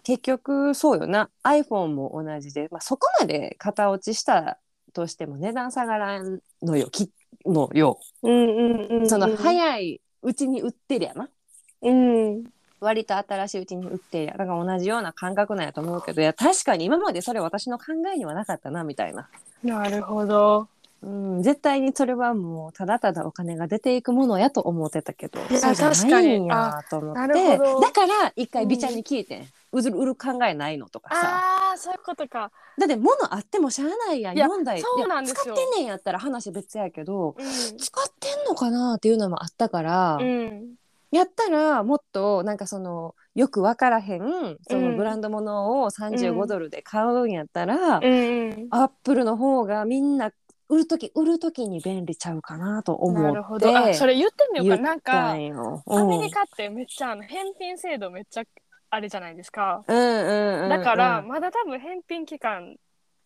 Speaker 2: 結局そうよな iPhone も同じで、まあ、そこまで型落ちしたとしても値段下がらんのよきのよ
Speaker 1: うんうんうん、うん。
Speaker 2: その早いうちに売ってるやな
Speaker 1: うん。
Speaker 2: 割と新しいうちに売ってるやだから同じような感覚なんやと思うけどいや確かに今までそれ私の考えにはなかったなみたいな。
Speaker 1: なるほど。
Speaker 2: うん、絶対にそれはもうただただお金が出ていくものやと思ってたけど
Speaker 1: や
Speaker 2: そうじゃ
Speaker 1: 確か
Speaker 2: な
Speaker 1: に
Speaker 2: いんやと思
Speaker 1: あ
Speaker 2: っ
Speaker 1: な
Speaker 2: て
Speaker 1: るほど
Speaker 2: だから一回美ちゃんに聞いてん、うずる売る考えないのとかさ
Speaker 1: ああーそういうことか。
Speaker 2: だって物あってもしゃあないやん
Speaker 1: いや
Speaker 2: 4台
Speaker 1: そうなんです
Speaker 2: 使っ
Speaker 1: よ
Speaker 2: てんねんやったら話別やけど
Speaker 1: う
Speaker 2: 使ってんのかなっていうのもあったから、
Speaker 1: ん。うん。
Speaker 2: やったらもっとなんかそのよく分からへんそのブランド物を
Speaker 1: う
Speaker 2: 35
Speaker 1: ん
Speaker 2: ドルで買うんやったら、
Speaker 1: うんうん。
Speaker 2: アップルの方がみんな売る時売る時に便利ちゃうかなと思って
Speaker 1: なるほど。あそれ言ってみよう
Speaker 2: 言
Speaker 1: か
Speaker 2: っ
Speaker 1: な。なん
Speaker 2: た
Speaker 1: か
Speaker 2: んよ
Speaker 1: アメリカってめっちゃあの返品制度めっちゃあれじゃないですか。
Speaker 2: うんうんうんうん
Speaker 1: だから、まだ多分返品期間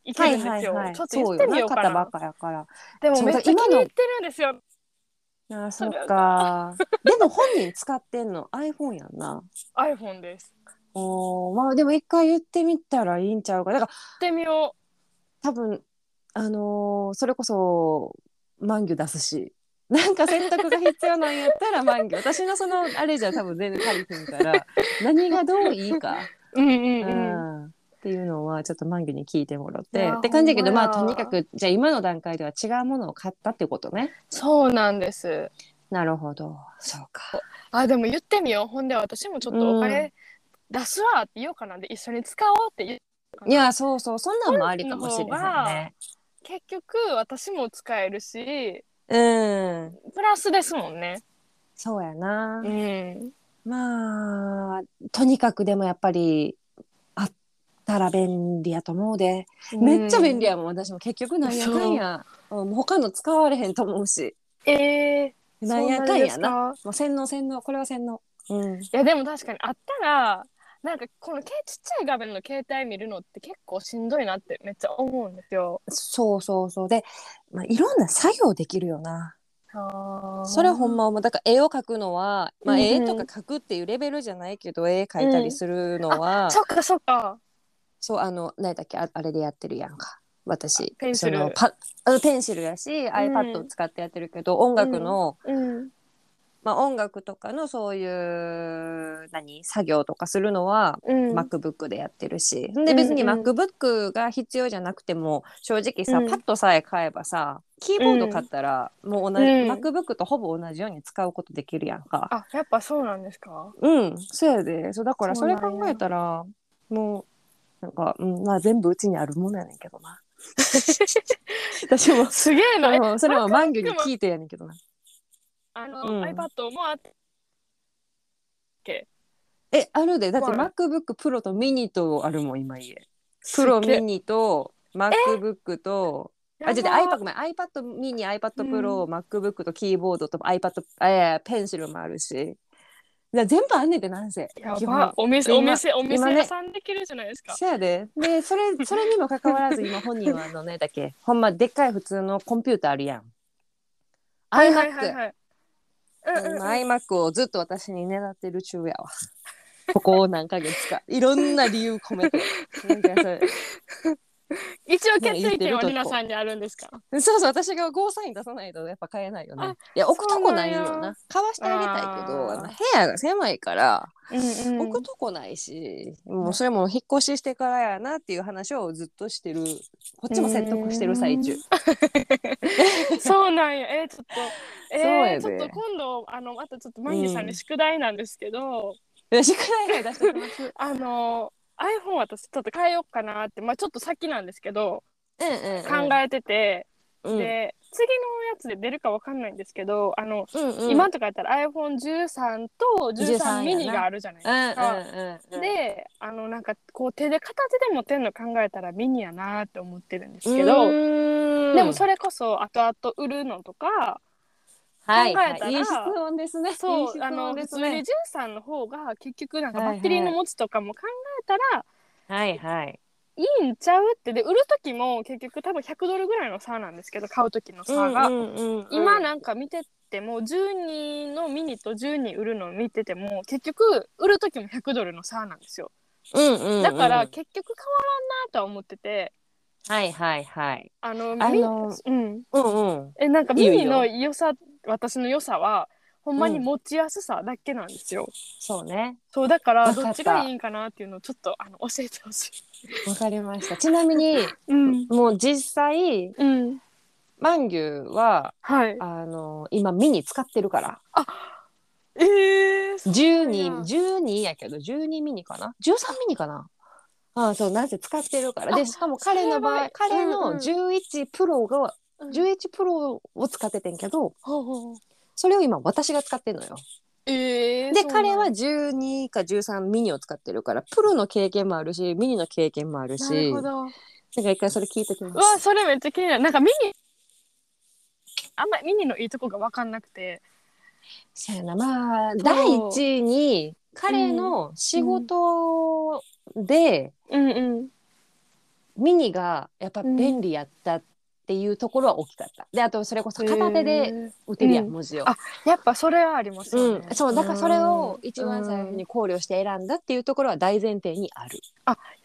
Speaker 1: いけるんですよ。ちょっと言ってみようか
Speaker 2: そうよ買っ
Speaker 1: な
Speaker 2: たばっかやから
Speaker 1: でも
Speaker 2: そう
Speaker 1: めっちゃ気に
Speaker 2: 今の
Speaker 1: 入ってるんですよ。
Speaker 2: あーそ
Speaker 1: そ
Speaker 2: っ
Speaker 1: れは
Speaker 2: かでも本人使ってんの iPhone やんな
Speaker 1: iPhone です。
Speaker 2: おーまあでも一回言ってみたらいいんちゃうかだから
Speaker 1: 言ってみよ
Speaker 2: 多分あのーそれこそ満魚出すし [LAUGHS] なんか選択が必要なんやったら満魚私のそのあれじゃ多分全然足りひんから何がどういいか
Speaker 1: う。うん [LAUGHS] うんうん。
Speaker 2: うんっていうのはちょっとマンギュに聞いてもらっ
Speaker 1: い
Speaker 2: て
Speaker 1: や
Speaker 2: って感じやけど
Speaker 1: ほんま
Speaker 2: ま
Speaker 1: や
Speaker 2: あとにかくじゃあ今の段階では違うものを買ったってことね
Speaker 1: そうなんです。
Speaker 2: なるほどそうか
Speaker 1: あでも言ってみよう。ほんで私もちょっとお
Speaker 2: う
Speaker 1: 金出すわって言おうかなで一緒に使おうって言う
Speaker 2: いやそうそうそんなんもありかもしれな
Speaker 1: 結局私も使えるし
Speaker 2: いねうん
Speaker 1: プラスですもんね。
Speaker 2: そうやな
Speaker 1: うん。
Speaker 2: まあとにかくでもやっぱりあったら便利やと思うでめっちゃ便利
Speaker 1: や。
Speaker 2: やもん私も結局なんやかんやうん他の使われへんと思うし
Speaker 1: えー、
Speaker 2: なんやかんや
Speaker 1: そ
Speaker 2: な
Speaker 1: うですか
Speaker 2: もう洗脳洗脳これは洗脳うん
Speaker 1: いやでも確かにあったらなんかこのけちっちゃい画面の携帯見るのって結構しんどいなってめっちゃ思うんですよ。
Speaker 2: そうそうそうで、まあ、いろんな作業できるよなそれはほん
Speaker 1: ま。
Speaker 2: ま思うだから絵を描くのは、まあ、
Speaker 1: うんうん
Speaker 2: 絵とか描くっていうレベルじゃないけど絵描いたりするのは、
Speaker 1: そっかそっか。
Speaker 2: そうあの何だっけああれでやってるやんか私
Speaker 1: ペンシル
Speaker 2: そのパあのペンシルやし iPad を使ってやってるけど、音楽の、
Speaker 1: うん。
Speaker 2: まあ、音楽とかのそういう何作業とかするのは
Speaker 1: うん。
Speaker 2: MacBook でやってるし、で別に
Speaker 1: うんうん
Speaker 2: MacBook が必要じゃなくても正直さ、
Speaker 1: うん
Speaker 2: パッドさえ買えばさキーボード買ったらもう同じ、
Speaker 1: うん
Speaker 2: MacBook とほぼ同じように使うことできるやんか。
Speaker 1: あやっぱそうなんで
Speaker 2: [LAUGHS]
Speaker 1: すか。
Speaker 2: うんそうやでそうだから
Speaker 1: そ
Speaker 2: そう
Speaker 1: な
Speaker 2: れ
Speaker 1: んや
Speaker 2: 考えたらもうなんか、うん、まあ全部うちにあるものやねんけどな。 [LAUGHS] 私も
Speaker 1: すげえな。
Speaker 2: [LAUGHS]
Speaker 1: え
Speaker 2: うんそれはマンギュに聞いてやねんけどな。
Speaker 1: あの、
Speaker 2: うん
Speaker 1: iPad もあって
Speaker 2: えあるでだって
Speaker 1: ほ
Speaker 2: MacBook プロとミニとあるもん今家。プロミニと MacBook と。あ、じゃあ iPad ごめん iPad ミニ iPad プロ、MacBook とキーボードと iPad えーペンシルもあるしだから全部あんねんてなんせ
Speaker 1: や
Speaker 2: 基
Speaker 1: ば
Speaker 2: 本
Speaker 1: お店
Speaker 2: 今
Speaker 1: お店お
Speaker 2: 今
Speaker 1: 店
Speaker 2: ね
Speaker 1: 屋さんできるじゃないですか。
Speaker 2: そうやででそ
Speaker 1: [LAUGHS]
Speaker 2: れそれにもかかわらず今本人はあのねだっけほんまでっかい普通のコンピューターあるやん iMac、
Speaker 1: はいはいはいはい。うんうんうん
Speaker 2: 今 iMac をずっと私にねだってる中やわ
Speaker 1: [LAUGHS]
Speaker 2: ここ何ヶ月かいろんな理由込めてなんかそれ
Speaker 1: 一応決定権はリナさんにあるんですか
Speaker 2: そうそう私がゴーサイン出さないとやっぱ買えないよ
Speaker 1: あ
Speaker 2: ねいや置くとこないよ
Speaker 1: そうなんや
Speaker 2: な買わしてあげたいけど
Speaker 1: あー
Speaker 2: あの部屋が狭いから
Speaker 1: うん
Speaker 2: 置くとこないし、もうそれも引っ越ししてからやなっていう話をずっとしてるこっちも説得してる最中
Speaker 1: うそうなんや。えーちょっと、えー
Speaker 2: そうやで
Speaker 1: ちょっと今度あのまたちょっとマギさんに宿題なんですけど、
Speaker 2: いや宿題が出してきますうん
Speaker 1: あの iPhone 私ちょっと変えようかなってまあちょっと先なんですけど
Speaker 2: うん
Speaker 1: 考えてて、
Speaker 2: うん
Speaker 1: で次のやつで出るかわかんないんですけど、あの
Speaker 2: うんうん
Speaker 1: 今とかやったら iPhone13 と13
Speaker 2: 13
Speaker 1: ミニがあるじゃないで
Speaker 2: うんうん
Speaker 1: すか。
Speaker 2: うんうん
Speaker 1: であのなんかこう手で形で持てんの考えたらミニやなって思ってるんですけ
Speaker 2: う
Speaker 1: ど
Speaker 2: ーん
Speaker 1: でもそれこそ後々売るのとか
Speaker 2: はい
Speaker 1: 考えたら
Speaker 2: はい、いい質問ですねいい
Speaker 1: そう
Speaker 2: 質
Speaker 1: あ
Speaker 2: 問
Speaker 1: の普
Speaker 2: です
Speaker 1: 通に
Speaker 2: ね
Speaker 1: 13の方が結局なんか
Speaker 2: はいは
Speaker 1: バ
Speaker 2: い
Speaker 1: ッテリーの持ちとかも考えたら
Speaker 2: はいはい
Speaker 1: いいんちゃうってで売る時も結局多分100ドルぐらいの差なんですけど買う時の差が、
Speaker 2: うんうんうん
Speaker 1: 今なんか見てても12のミニと12売るのを見てても結局売る時も100ドルの差なんですよ
Speaker 2: うんうんうん
Speaker 1: だから結局変わらんなとは思ってて
Speaker 2: はいはいはい
Speaker 1: あの
Speaker 2: あ
Speaker 1: み
Speaker 2: の
Speaker 1: うん
Speaker 2: うんうん
Speaker 1: えなんか
Speaker 2: いい
Speaker 1: ミ
Speaker 2: よ
Speaker 1: ニの良さ私の良さはほんまに
Speaker 2: うん
Speaker 1: 持ちやすさだけなんですよ、
Speaker 2: そうね
Speaker 1: そうだから
Speaker 2: わかっ
Speaker 1: ど
Speaker 2: た
Speaker 1: っちがいいんかなっていうのをちょっとあの教えてほしい。
Speaker 2: わかりましたちなみに
Speaker 1: うん、
Speaker 2: もう実際
Speaker 1: うん、
Speaker 2: マンギュは
Speaker 1: はい。
Speaker 2: あの今ミニ使ってるから
Speaker 1: ええ
Speaker 2: 12 12やけど12ミニかな13ミニかなあそうなんせ使ってるからでしかも彼の場合
Speaker 1: それは
Speaker 2: 彼の11プロが
Speaker 1: うん
Speaker 2: 11プロを使っててんけど
Speaker 1: ほうほう
Speaker 2: それを今私が使ってるのよ
Speaker 1: ええ
Speaker 2: で彼は12か13ミニを使ってるからプロの経験もあるしミニの経験もある
Speaker 1: なる
Speaker 2: し
Speaker 1: ほど。う
Speaker 2: なんか一回それ聞いときま
Speaker 1: わ
Speaker 2: す。
Speaker 1: それめっちゃ気になる。なんかミニあんまりミニのいいとこが分かんなくて。
Speaker 2: そうやなまあ
Speaker 1: う
Speaker 2: 第一に彼の仕事で
Speaker 1: うんうん。
Speaker 2: ミニがやっぱ便利やったっていうところは大きかった。であとそれこそ片手
Speaker 1: え
Speaker 2: で
Speaker 1: ー
Speaker 2: 打てるやん
Speaker 1: うん
Speaker 2: 文字を。
Speaker 1: あやっぱそれはあります
Speaker 2: う
Speaker 1: よ
Speaker 2: ん
Speaker 1: ね。、
Speaker 2: そうだからそれを一番
Speaker 1: うん
Speaker 2: 最初に考慮して選んだっていうところは大前提にある。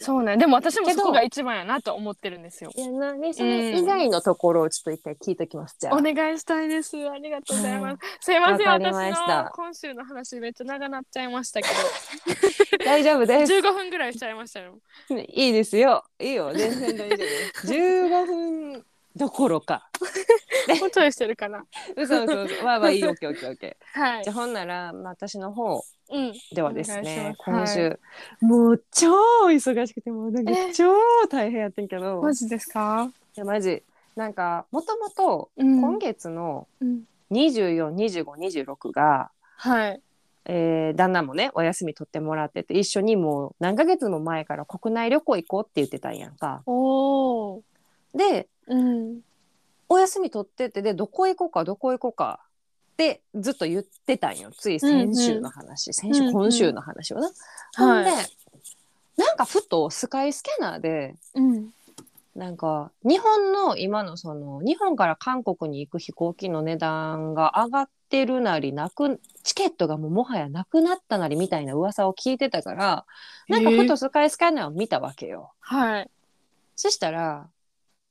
Speaker 1: そうね。でも私も
Speaker 2: けど
Speaker 1: そこが一番やなと思ってるんですよ。
Speaker 2: いやなねそれ以外のところをちょっと一回聞いときますじゃあ。
Speaker 1: お願いしたいです。ありがとうございます。すいません、
Speaker 2: わかり
Speaker 1: 私
Speaker 2: ました
Speaker 1: の今週の話めっちゃ長なっちゃいましたけ
Speaker 2: 大丈夫
Speaker 1: ど、
Speaker 2: です。
Speaker 1: 15分ぐらいしちゃいましたよ。
Speaker 2: いいですよ。いいよ全然大丈夫 [LAUGHS] です。15分どころか。
Speaker 1: もうちょいしてるかな。
Speaker 2: 嘘嘘嘘。まあまあいいよ。オッケーオッケーオッケー。
Speaker 1: はい
Speaker 2: じゃ。あほんなら、まあ、私の方
Speaker 1: うん。
Speaker 2: ではです
Speaker 1: お願いしま
Speaker 2: ね
Speaker 1: す
Speaker 2: 今週、もう超忙しくてもうなんか
Speaker 1: え
Speaker 2: 超大変やってんけど
Speaker 1: マジですか。
Speaker 2: いやマジなんかもともと
Speaker 1: うん
Speaker 2: 今月の
Speaker 1: うん
Speaker 2: 242526が、
Speaker 1: はい。
Speaker 2: えー旦那もねお休み取ってもらってて一緒にもう何ヶ月も前から国内旅行行こうって言ってたんやんか。
Speaker 1: おお。
Speaker 2: で
Speaker 1: うん。
Speaker 2: お休み取っててでどこ行こうかどこ行こうかってずっと言ってたんよつい先週の話、先
Speaker 1: うんう
Speaker 2: 週
Speaker 1: ん
Speaker 2: 今週の話をな。ほんで、なんかふとスカイスキャナーで
Speaker 1: うん。
Speaker 2: なんか日本の今のその日本から韓国に行く飛行機の値段が上がってるなりなくチケットがもうもはやなくなったなりみたいな噂を聞いてたからなんかふとスカイスキャナーを見たわけよ。
Speaker 1: はい。
Speaker 2: そしたら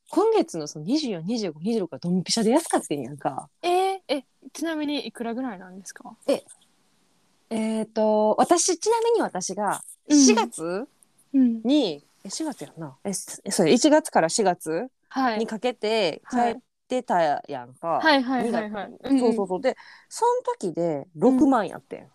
Speaker 2: 今月のその242526がドンピシャで安かったんやんか。
Speaker 1: えー、え、ちなみにいくらぐらいなんですか。
Speaker 2: えっ、と私ちなみに私が
Speaker 1: うん
Speaker 2: 4月、
Speaker 1: うん。
Speaker 2: にえ4月やんなえすえそう1月から4月
Speaker 1: は
Speaker 2: に
Speaker 1: い。
Speaker 2: かけて帰
Speaker 1: はい
Speaker 2: ってたやんか、
Speaker 1: はいはいはいはい
Speaker 2: 二月そうそう
Speaker 1: う。
Speaker 2: そうでその時で6万やってん、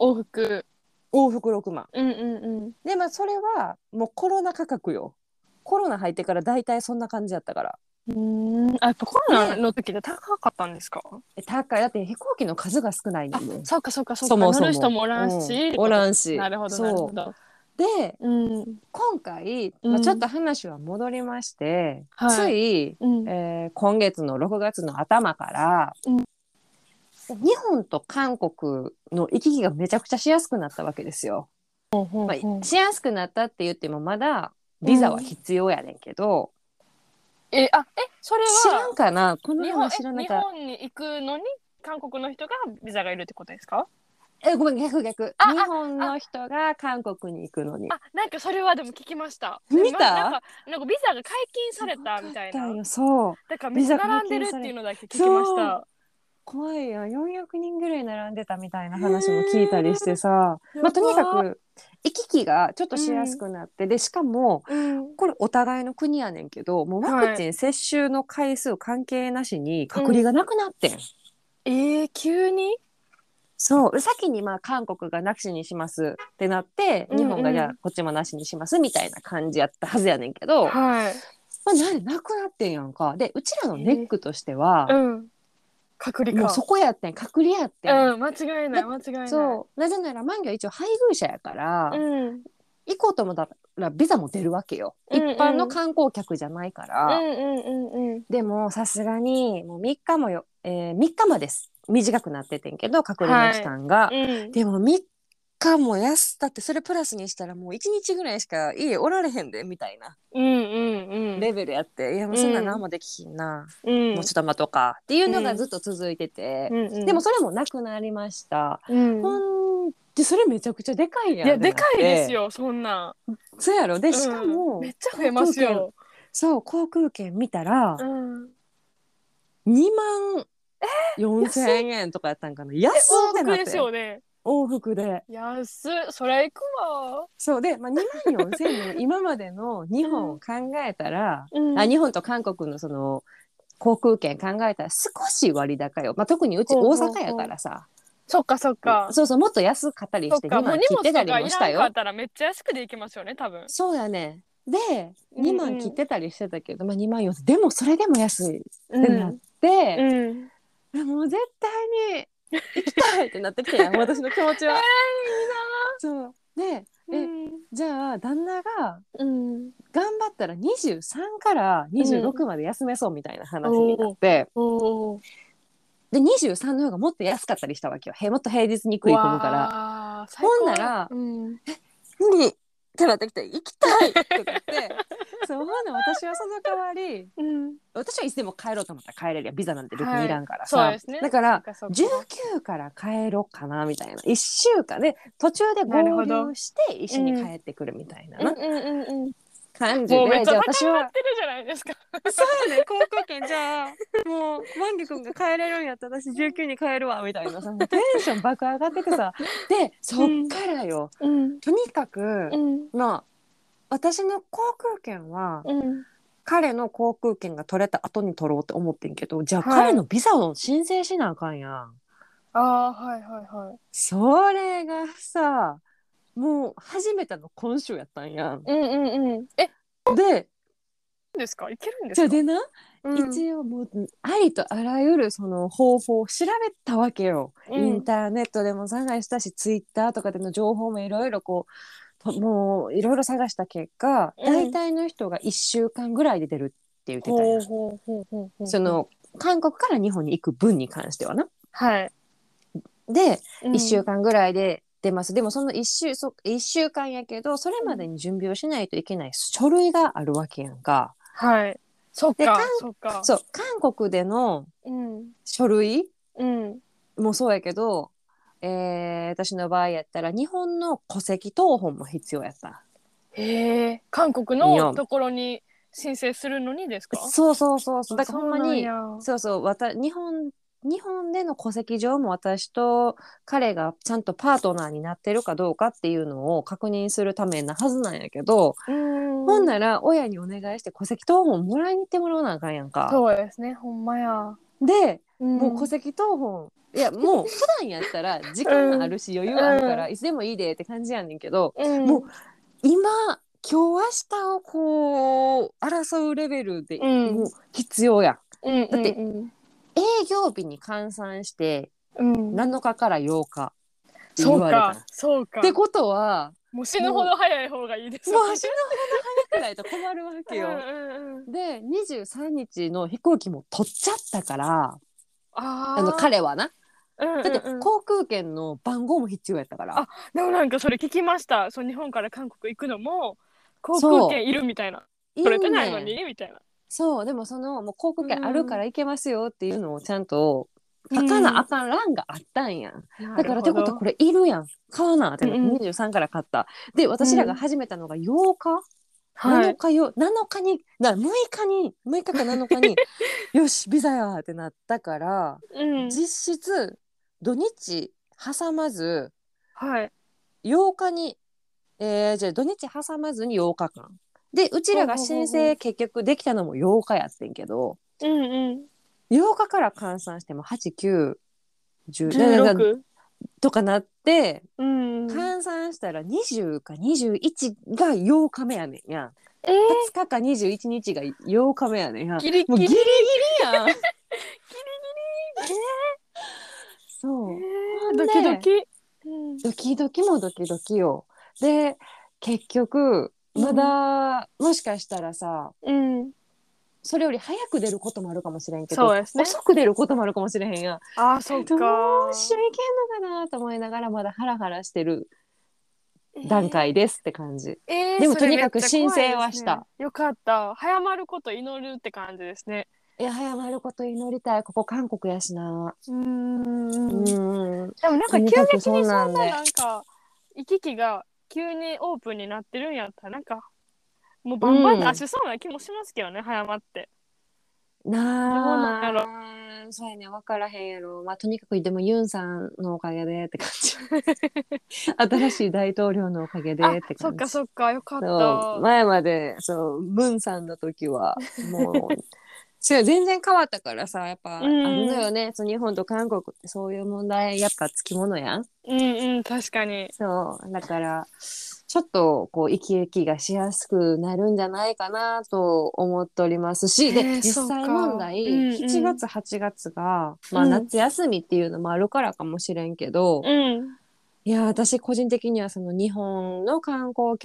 Speaker 1: 往復。
Speaker 2: 往復6万
Speaker 1: うんうんうん。
Speaker 2: でまあそれはもうコロナ価格よコロナ入ってから大体そんな感じやったから
Speaker 1: うん、あ、やっぱコロナの時で高かったんですか。
Speaker 2: え高いだって飛行機の数が少ないね
Speaker 1: あ
Speaker 2: んもん、
Speaker 1: そうかそうかそうか。
Speaker 2: そもそも
Speaker 1: 乗る人もおらん
Speaker 2: う
Speaker 1: し。
Speaker 2: んおらんし
Speaker 1: なるほど
Speaker 2: そう
Speaker 1: なるほど。
Speaker 2: で
Speaker 1: うん。
Speaker 2: 今回、
Speaker 1: うん
Speaker 2: まあ、ちょっと話は戻りまして、
Speaker 1: はい
Speaker 2: つい
Speaker 1: うん。
Speaker 2: えー今月の6月の頭から、
Speaker 1: うん
Speaker 2: 日本と韓国の行き来がめちゃくちゃしやすくなったわけですよ。
Speaker 1: ほうほう
Speaker 2: まあ
Speaker 1: ほう
Speaker 2: しやすくなったって言ってもまだビザは必要やねんけど、
Speaker 1: え、あ、え、それ
Speaker 2: 知ら
Speaker 1: は
Speaker 2: ん。かなこの
Speaker 1: 日
Speaker 2: 辺
Speaker 1: 本
Speaker 2: は知らな
Speaker 1: え
Speaker 2: かっ
Speaker 1: 日本に行くのに韓国の人がビザがいるってことですか
Speaker 2: えごめん逆逆
Speaker 1: ああ
Speaker 2: 日本の人が韓国に行くのに
Speaker 1: あなんかそれはでも聞きました
Speaker 2: 見た
Speaker 1: でまなんかなんかビザが解禁されたみたい
Speaker 2: だ
Speaker 1: な
Speaker 2: よそう
Speaker 1: だからめ
Speaker 2: ビ
Speaker 1: っちゃ
Speaker 2: ザ解禁
Speaker 1: 並んでるっていうのだけ聞きまし
Speaker 2: され
Speaker 1: た
Speaker 2: 怖いやん400人ぐらい並んでたみたいな話も聞いたりしてさ、まあ、とにか
Speaker 1: やば
Speaker 2: く行き来がちょっとしやすくなって、でしかも
Speaker 1: うん
Speaker 2: これお互いの国やねんけどもうワクチン接種の回数関係なしに隔離がなくなってん、
Speaker 1: えー、急に
Speaker 2: そう先にまあ韓国がなしにしますってなって
Speaker 1: うんうん
Speaker 2: 日本がじゃあこっちもなしにしますみたいな感じやったはずやねんけど、ま
Speaker 1: はい
Speaker 2: あ、ななくなってんやんかでうちらのネックとしては、
Speaker 1: うん隔離
Speaker 2: も
Speaker 1: か
Speaker 2: うそこやってん隔離やってん。
Speaker 1: うん間違いない間違いない
Speaker 2: そうなぜならマンギョは一応配偶者やから、
Speaker 1: うんうん
Speaker 2: 行こうと思ったらビザも出るわけよ、
Speaker 1: うんうん
Speaker 2: 一般の観光客じゃないから、
Speaker 1: うんうんうん
Speaker 2: でもさすがにもう3日もよ、えー、3日までです短くなっててんけど隔離の期間が、
Speaker 1: うん
Speaker 2: でも3日もやすだってそれプラスにしたらもう1日ぐらいしか家おられへんでみたいな
Speaker 1: うんうん
Speaker 2: レベルやっていやもうそんな何もできひんな、
Speaker 1: うん
Speaker 2: もうちょっと待とうかっていうのがずっと続いてて、
Speaker 1: うんうん
Speaker 2: でもそれもなくなりました、
Speaker 1: うん
Speaker 2: ほんでそれめちゃくちゃでかいやん
Speaker 1: いやでかいです
Speaker 2: よ
Speaker 1: よそんな
Speaker 2: そうやろでしか
Speaker 1: う
Speaker 2: も、
Speaker 1: んめっちゃ増えますよ
Speaker 2: そう航空券見たら
Speaker 1: うん
Speaker 2: 2万4千円とかやったんかな安
Speaker 1: え
Speaker 2: っ
Speaker 1: 往
Speaker 2: てなっ
Speaker 1: 復
Speaker 2: て
Speaker 1: ですよね
Speaker 2: 往復で
Speaker 1: 安っそれ行くわ
Speaker 2: そうで、まあ、2万4千円の今までの日本を考えたら、
Speaker 1: うん
Speaker 2: あ日本と韓国のその航空券考えたら少し割高よ、まあ、特にうち
Speaker 1: ほ
Speaker 2: 大
Speaker 1: うほうほう
Speaker 2: 阪やからさ
Speaker 1: そっかそっか
Speaker 2: そうそうもっと安かったり
Speaker 1: そ
Speaker 2: し
Speaker 1: ってか
Speaker 2: 2
Speaker 1: もう
Speaker 2: 万
Speaker 1: 荷
Speaker 2: 切っ
Speaker 1: 物
Speaker 2: て
Speaker 1: と
Speaker 2: た
Speaker 1: か
Speaker 2: り
Speaker 1: いらん
Speaker 2: もしたよ
Speaker 1: かったらめっちゃ安くで行きますよね多分
Speaker 2: そうやねで
Speaker 1: うん
Speaker 2: 2万切ってたりしてたけど、まあ、2万4千でもそれでも安いって
Speaker 1: う
Speaker 2: なっ
Speaker 1: ん
Speaker 2: て、
Speaker 1: うん
Speaker 2: いやもう絶対に行きたいってなってきて
Speaker 1: [LAUGHS]
Speaker 2: 私の気持ちは。そうでえじゃあ旦那が
Speaker 1: うん
Speaker 2: 頑張ったら23から26まで休めそうみたいな話になって、
Speaker 1: おー
Speaker 2: で23の方がもっと安かったりしたわけよへもっと平日に食い込むから
Speaker 1: わー最
Speaker 2: ほん
Speaker 1: 高
Speaker 2: なら
Speaker 1: うん
Speaker 2: 無理ってなってきて行きたいって言って [LAUGHS] そうほんなら私はその代わり
Speaker 1: うん
Speaker 2: 私はいつでも帰ろうと思ったら帰れるやんビザなんて別
Speaker 1: は
Speaker 2: に
Speaker 1: い
Speaker 2: いらんからさ、
Speaker 1: そうですね
Speaker 2: だから
Speaker 1: そっかそっか
Speaker 2: 19から帰ろうかなみたいな1週間で途中で
Speaker 1: なる
Speaker 2: 合
Speaker 1: ほど
Speaker 2: 流して一緒に帰ってくるみたいなな
Speaker 1: うんうんうんうん
Speaker 2: 感じ
Speaker 1: もうめ
Speaker 2: で
Speaker 1: っ
Speaker 2: じ
Speaker 1: ち
Speaker 2: ゃ
Speaker 1: ゃ
Speaker 2: あ
Speaker 1: 仲
Speaker 2: 私
Speaker 1: 良がっ
Speaker 2: は
Speaker 1: てるじゃないですか
Speaker 2: そうやね航空券じゃあもう万華君が帰れるんやったら私19に帰るわみたいなさ [LAUGHS] もうテンション爆上がっててさでそっからよ、
Speaker 1: うん
Speaker 2: とにかく
Speaker 1: うん
Speaker 2: まあ私の航空券は
Speaker 1: うん
Speaker 2: 彼の航空券が取れた後に取ろうって思ってんけどじゃあ
Speaker 1: はい
Speaker 2: 彼のビザを申請しなあかんやん。
Speaker 1: ああはいはいはい
Speaker 2: それがさもう初めての今週やったんやん。
Speaker 1: うんうんうん。え、い
Speaker 2: で
Speaker 1: いんですか？いけるんで
Speaker 2: じゃ
Speaker 1: す
Speaker 2: あ
Speaker 1: か？
Speaker 2: でな、
Speaker 1: うん
Speaker 2: 一応もうありとあらゆるその方法を調べたわけよ。
Speaker 1: うん
Speaker 2: インターネットでも探したしツイッターとかでの情報もいろいろこうともういろいろ探した結果、
Speaker 1: うん
Speaker 2: 大体の人が1週間ぐらいで出るって言ってたんや
Speaker 1: ほうほうほうほうほう。
Speaker 2: その韓国から日本に行く分に関してはな。
Speaker 1: はい。
Speaker 2: で
Speaker 1: うん
Speaker 2: 1週。間ぐらいで出ます、でもその1週そ一週間やけどそれまでに準備をしないといけない書類があるわけやんか、
Speaker 1: はい。そっ
Speaker 2: で
Speaker 1: か
Speaker 2: 韓。
Speaker 1: そっか。
Speaker 2: そう韓国での
Speaker 1: うん
Speaker 2: 書類
Speaker 1: うん
Speaker 2: もそうやけど、えー私の場合やったら日本の戸籍謄本も必要やった
Speaker 1: へえ。韓国
Speaker 2: いいよ
Speaker 1: のところに申請するのにですか？
Speaker 2: そうそうそうそうだからほんまに
Speaker 1: そうなんや
Speaker 2: そうそうわた日本日本での戸籍上も私と彼がちゃんとパートナーになってるかどうかっていうのを確認するためなはずなんやけど、
Speaker 1: うん。
Speaker 2: ほんなら親にお願いして戸籍謄本もらいに行ってもらわなあかんやんか。
Speaker 1: そうですね。ほんまや。
Speaker 2: で、も
Speaker 1: も
Speaker 2: う戸籍謄本いやもう普段やったら時間あるし余裕あるからいつでもいいでって感じやねんけど
Speaker 1: うん
Speaker 2: もう今今日明日をこう争うレベルで
Speaker 1: うん
Speaker 2: もう必要やん。
Speaker 1: うん
Speaker 2: だって
Speaker 1: うん
Speaker 2: 営業日に換算して
Speaker 1: うん。
Speaker 2: 7日から8日って
Speaker 1: そ
Speaker 2: 言
Speaker 1: う
Speaker 2: われたん。
Speaker 1: かそうか
Speaker 2: っ。てことは
Speaker 1: もう死ぬほど早い方がいいです
Speaker 2: も
Speaker 1: よね。
Speaker 2: う足の骨が早くないと困るわけ
Speaker 1: う
Speaker 2: よ。
Speaker 1: んうんうん。
Speaker 2: で23日の飛行機も取っちゃったから。
Speaker 1: あー
Speaker 2: あの彼はな
Speaker 1: うんうんうん
Speaker 2: だって航空券の番号も必要やったから、
Speaker 1: あでもなんかそれ聞きましたそう日本から韓国行くのも航空券いるみたいな取れてないの
Speaker 2: いいね
Speaker 1: にみたいな
Speaker 2: そうでもそのもう航空券あるから行けますよっていうのをちゃんと書か
Speaker 1: うん
Speaker 2: なあかん欄があったんやん。だからっ
Speaker 1: ち
Speaker 2: て
Speaker 1: ょ
Speaker 2: ことはこれいるやん。買わなってなって、
Speaker 1: うんうん
Speaker 2: 23から買った。で、私らが始めたのが8日、
Speaker 1: は
Speaker 2: 7
Speaker 1: い、
Speaker 2: 日よ、7日に、な6日に、6日か7日
Speaker 1: [LAUGHS]
Speaker 2: に、よし、ビザやってなったから、
Speaker 1: うん、
Speaker 2: 実質、土日挟まず、
Speaker 1: はい、
Speaker 2: 8日に、えー、じゃあ土日挟まずに8日間。で、うちらが申
Speaker 1: ほうほうほ
Speaker 2: 請結局できたのも8日やってんけど、
Speaker 1: うんうん、
Speaker 2: 8日から換算しても8、9、10、
Speaker 1: 十
Speaker 2: だから
Speaker 1: 六、
Speaker 2: とかなって、
Speaker 1: うん、
Speaker 2: 換算したら20か21が8日目やねんやん。
Speaker 1: えー、
Speaker 2: 2日か21日が8日目やねんやん。
Speaker 1: ギリ
Speaker 2: もうギ
Speaker 1: ギ
Speaker 2: リギ
Speaker 1: リ
Speaker 2: リやん。ギリギリ。そう。
Speaker 1: えー
Speaker 2: ほ
Speaker 1: ド
Speaker 2: んで
Speaker 1: キドキ、うん、
Speaker 2: ドキドキもドキドキよ。で、結局、まだ、もしかしたらさ、
Speaker 1: うん、
Speaker 2: それより早く出ることもあるかもしれんけ
Speaker 1: そう
Speaker 2: ど、
Speaker 1: ですね。
Speaker 2: 遅く出ることもあるかもしれへんやん。
Speaker 1: あー、そっ
Speaker 2: どう
Speaker 1: か。
Speaker 2: しよういけんのかなと思いながら、まだハラハラしてる段階ですって感じ。
Speaker 1: えー
Speaker 2: でも
Speaker 1: それ
Speaker 2: とにかく
Speaker 1: めっちゃ怖いですね
Speaker 2: 申請はした
Speaker 1: よかった。早まること祈るって感じですね。
Speaker 2: いや、早まること祈りたい。ここ韓国やしな。
Speaker 1: うん。でも
Speaker 2: うん。
Speaker 1: なんか
Speaker 2: と
Speaker 1: 急
Speaker 2: にか
Speaker 1: 激
Speaker 2: く
Speaker 1: にそ
Speaker 2: そ
Speaker 1: んな
Speaker 2: んなんで
Speaker 1: なんか行き来が急にオープンになってるんやったらなんかもうバンバン出しそうな気もしますけどね、早まって。
Speaker 2: な
Speaker 1: どう
Speaker 2: あ。そうやね、分からへんやろ。まあ、とにかく、でもユンさんのおかげでって感じ。
Speaker 1: [LAUGHS]
Speaker 2: 新しい大統領のおかげで
Speaker 1: あ
Speaker 2: って感じ。
Speaker 1: そっかそっかよかっ
Speaker 2: そう
Speaker 1: た。
Speaker 2: 前まで、そう、ムンさんの時
Speaker 1: [LAUGHS]
Speaker 2: は、もう、そう全然変わったからさ、やっぱ、
Speaker 1: うん
Speaker 2: あるのよね。そう日本と韓国ってそういう問題、やっぱつきものやん。
Speaker 1: うんうん確かに。
Speaker 2: そう、だから、ちょっと、こう、生き生きがしやすくなるんじゃないかなと思っておりますし、
Speaker 1: へえ
Speaker 2: で、実際問題、
Speaker 1: そうかうんうん
Speaker 2: 7月、8月が、まあ、
Speaker 1: うん
Speaker 2: 夏休みっていうのもあるからかもしれんけど、
Speaker 1: うん
Speaker 2: いや、私、個人的には、その、日本の観光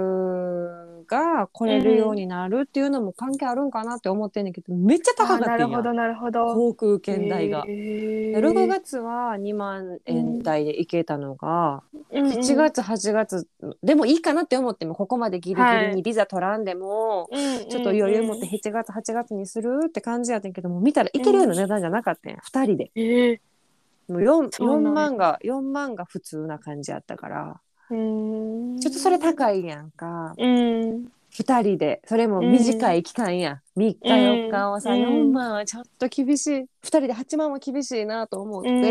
Speaker 2: 客が来れるようになるっていうのも関係あるんかなって思ってんねんけど、めっちゃ
Speaker 1: あ
Speaker 2: 高か
Speaker 1: な
Speaker 2: った
Speaker 1: る
Speaker 2: んや
Speaker 1: ほどなるほど。
Speaker 2: 航空券代が
Speaker 1: え。ー
Speaker 2: 6月は2万円台で行けたのが、
Speaker 1: うんうん
Speaker 2: 7月8月でもいいかなって思ってもここまでギリギリにビザ取らんでも、
Speaker 1: うんうん
Speaker 2: ちょっと余裕持って7月8月にするって感じやったんけども見たらいけるような値段じゃなかったんや、2人で
Speaker 1: えー
Speaker 2: もう 4,
Speaker 1: そうなんや
Speaker 2: 万が4万が普通な感じやったから
Speaker 1: うん
Speaker 2: ちょっとそれ高いやんか、
Speaker 1: うん
Speaker 2: 2人でそれも短い期間や、ん、3日4日をさ、
Speaker 1: うん
Speaker 2: 4万はちょっと厳しい2人で8万は厳しいなと思って、
Speaker 1: うん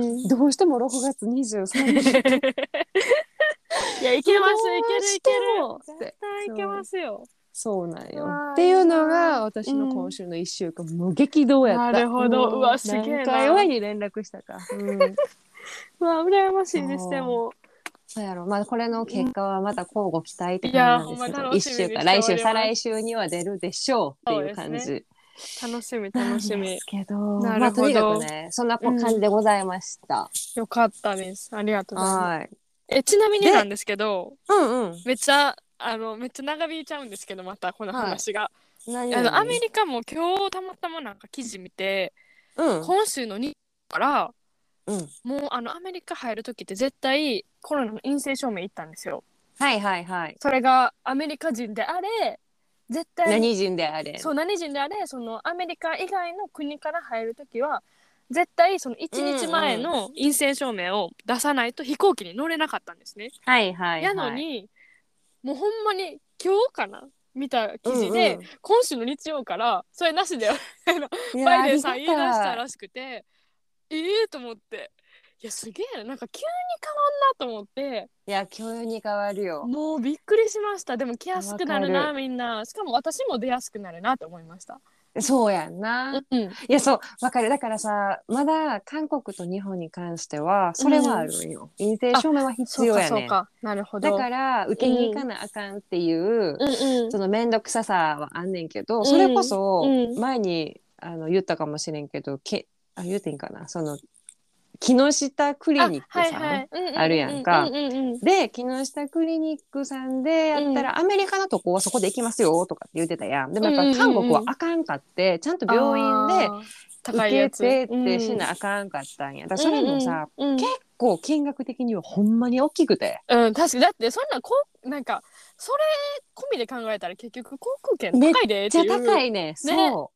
Speaker 1: うん
Speaker 2: どうしても6月23日
Speaker 1: [LAUGHS] いや、いけます、
Speaker 2: ど
Speaker 1: いうける、い
Speaker 2: し
Speaker 1: け
Speaker 2: て
Speaker 1: る。
Speaker 2: も
Speaker 1: 絶対いけますよ。
Speaker 2: そうなん
Speaker 1: う
Speaker 2: よ
Speaker 1: わー。
Speaker 2: っていうの
Speaker 1: いいな
Speaker 2: が
Speaker 1: ー
Speaker 2: 私の今週の一週間、もう激動やった。
Speaker 1: なるほど
Speaker 2: も
Speaker 1: うわすげえな
Speaker 2: 何回前に連絡したか。うん、
Speaker 1: うわ、羨ましいで
Speaker 2: そ
Speaker 1: す、
Speaker 2: う
Speaker 1: でも。
Speaker 2: そうやろ。まあこれの結果はまた交互期待って
Speaker 1: いや
Speaker 2: 感じ
Speaker 1: ー
Speaker 2: なんですけ
Speaker 1: ほんま
Speaker 2: ど、
Speaker 1: 楽
Speaker 2: 一
Speaker 1: し
Speaker 2: 週
Speaker 1: みにしており
Speaker 2: 間
Speaker 1: ま
Speaker 2: 来
Speaker 1: す
Speaker 2: 週再来週には出るでしょうっていう感
Speaker 1: そ
Speaker 2: じ。
Speaker 1: 楽しみ、
Speaker 2: なん
Speaker 1: 楽
Speaker 2: で
Speaker 1: しみ
Speaker 2: す。けど、
Speaker 1: な
Speaker 2: ま
Speaker 1: る
Speaker 2: あ
Speaker 1: ほ
Speaker 2: と
Speaker 1: ど
Speaker 2: にかくね、そんな感じでございました。
Speaker 1: よかったです。ありがとうございます。
Speaker 2: はい。
Speaker 1: え、ちなみに
Speaker 2: で
Speaker 1: なんですけど、
Speaker 2: うんうん。
Speaker 1: めっちゃ、あの、めっちゃ長引いちゃうんですけど、またこの話が。
Speaker 2: 何
Speaker 1: あの、アメリカも今日たまたまなんか記事見て、
Speaker 2: カ、うん、
Speaker 1: 今週の2から、
Speaker 2: うん。
Speaker 1: もうあのアメリカ入る時って絶対コロナの陰性証明いったんですよ。
Speaker 2: はいはいはい。
Speaker 1: それがアメリカ人であれ絶対
Speaker 2: 何人であれ。
Speaker 1: そう何人であれそのアメリカ以外の国から入るときは絶対その1日前の陰性証明を出さないと飛行機に乗れなかったんですね。
Speaker 2: はいはいはい。
Speaker 1: やのにもうほんまに今日かな見た記事で、
Speaker 2: うんうん
Speaker 1: 今週の日曜からそれなしで
Speaker 2: いや
Speaker 1: バイデンさ
Speaker 2: あ
Speaker 1: ん
Speaker 2: り
Speaker 1: 言い
Speaker 2: が
Speaker 1: 出
Speaker 2: た
Speaker 1: したらしくてええと思っていやすげえななんか急に変わんなと思って。
Speaker 2: いや、教養に変わるよ。
Speaker 1: もうびっくりしましたでも来やすくなる
Speaker 2: わか
Speaker 1: なみんなしかも私も出やすくなるなと思いました
Speaker 2: そうやんな。
Speaker 1: うん
Speaker 2: いや、そう、わかる。だからさ、まだ韓国と日本に関しては、それはあるんよ。陰性証明は必
Speaker 1: そう
Speaker 2: 要
Speaker 1: か
Speaker 2: や
Speaker 1: そ
Speaker 2: ね。
Speaker 1: うんかなるほど
Speaker 2: だから、受けに行かなあかんっていう、
Speaker 1: うんうん
Speaker 2: その面倒くささはあんねんけど、
Speaker 1: ん
Speaker 2: それこそ
Speaker 1: う、ん
Speaker 2: 前に、あの言ったかもしれんけど、けあ言うていいんかな。その、木下クリニックさん。あるやんか
Speaker 1: うんうんうん
Speaker 2: で木下クリニックさんでやったら、アメリカのとこはそこで行きますよとかって言ってたやんでもやっぱ韓国はあかんかって、ちゃんと病院で
Speaker 1: あー高い
Speaker 2: 受
Speaker 1: や
Speaker 2: け
Speaker 1: つ
Speaker 2: てってしなあかんかったんやだからそれもさ、
Speaker 1: うんうんうん
Speaker 2: 結構金額的にはほんまに大きくて
Speaker 1: うん確かにだってそんなこうなんかそれ込みで考えたら結局航空券高いでっ
Speaker 2: じ
Speaker 1: て
Speaker 2: ゃ
Speaker 1: い
Speaker 2: あ
Speaker 1: う
Speaker 2: 高いねそ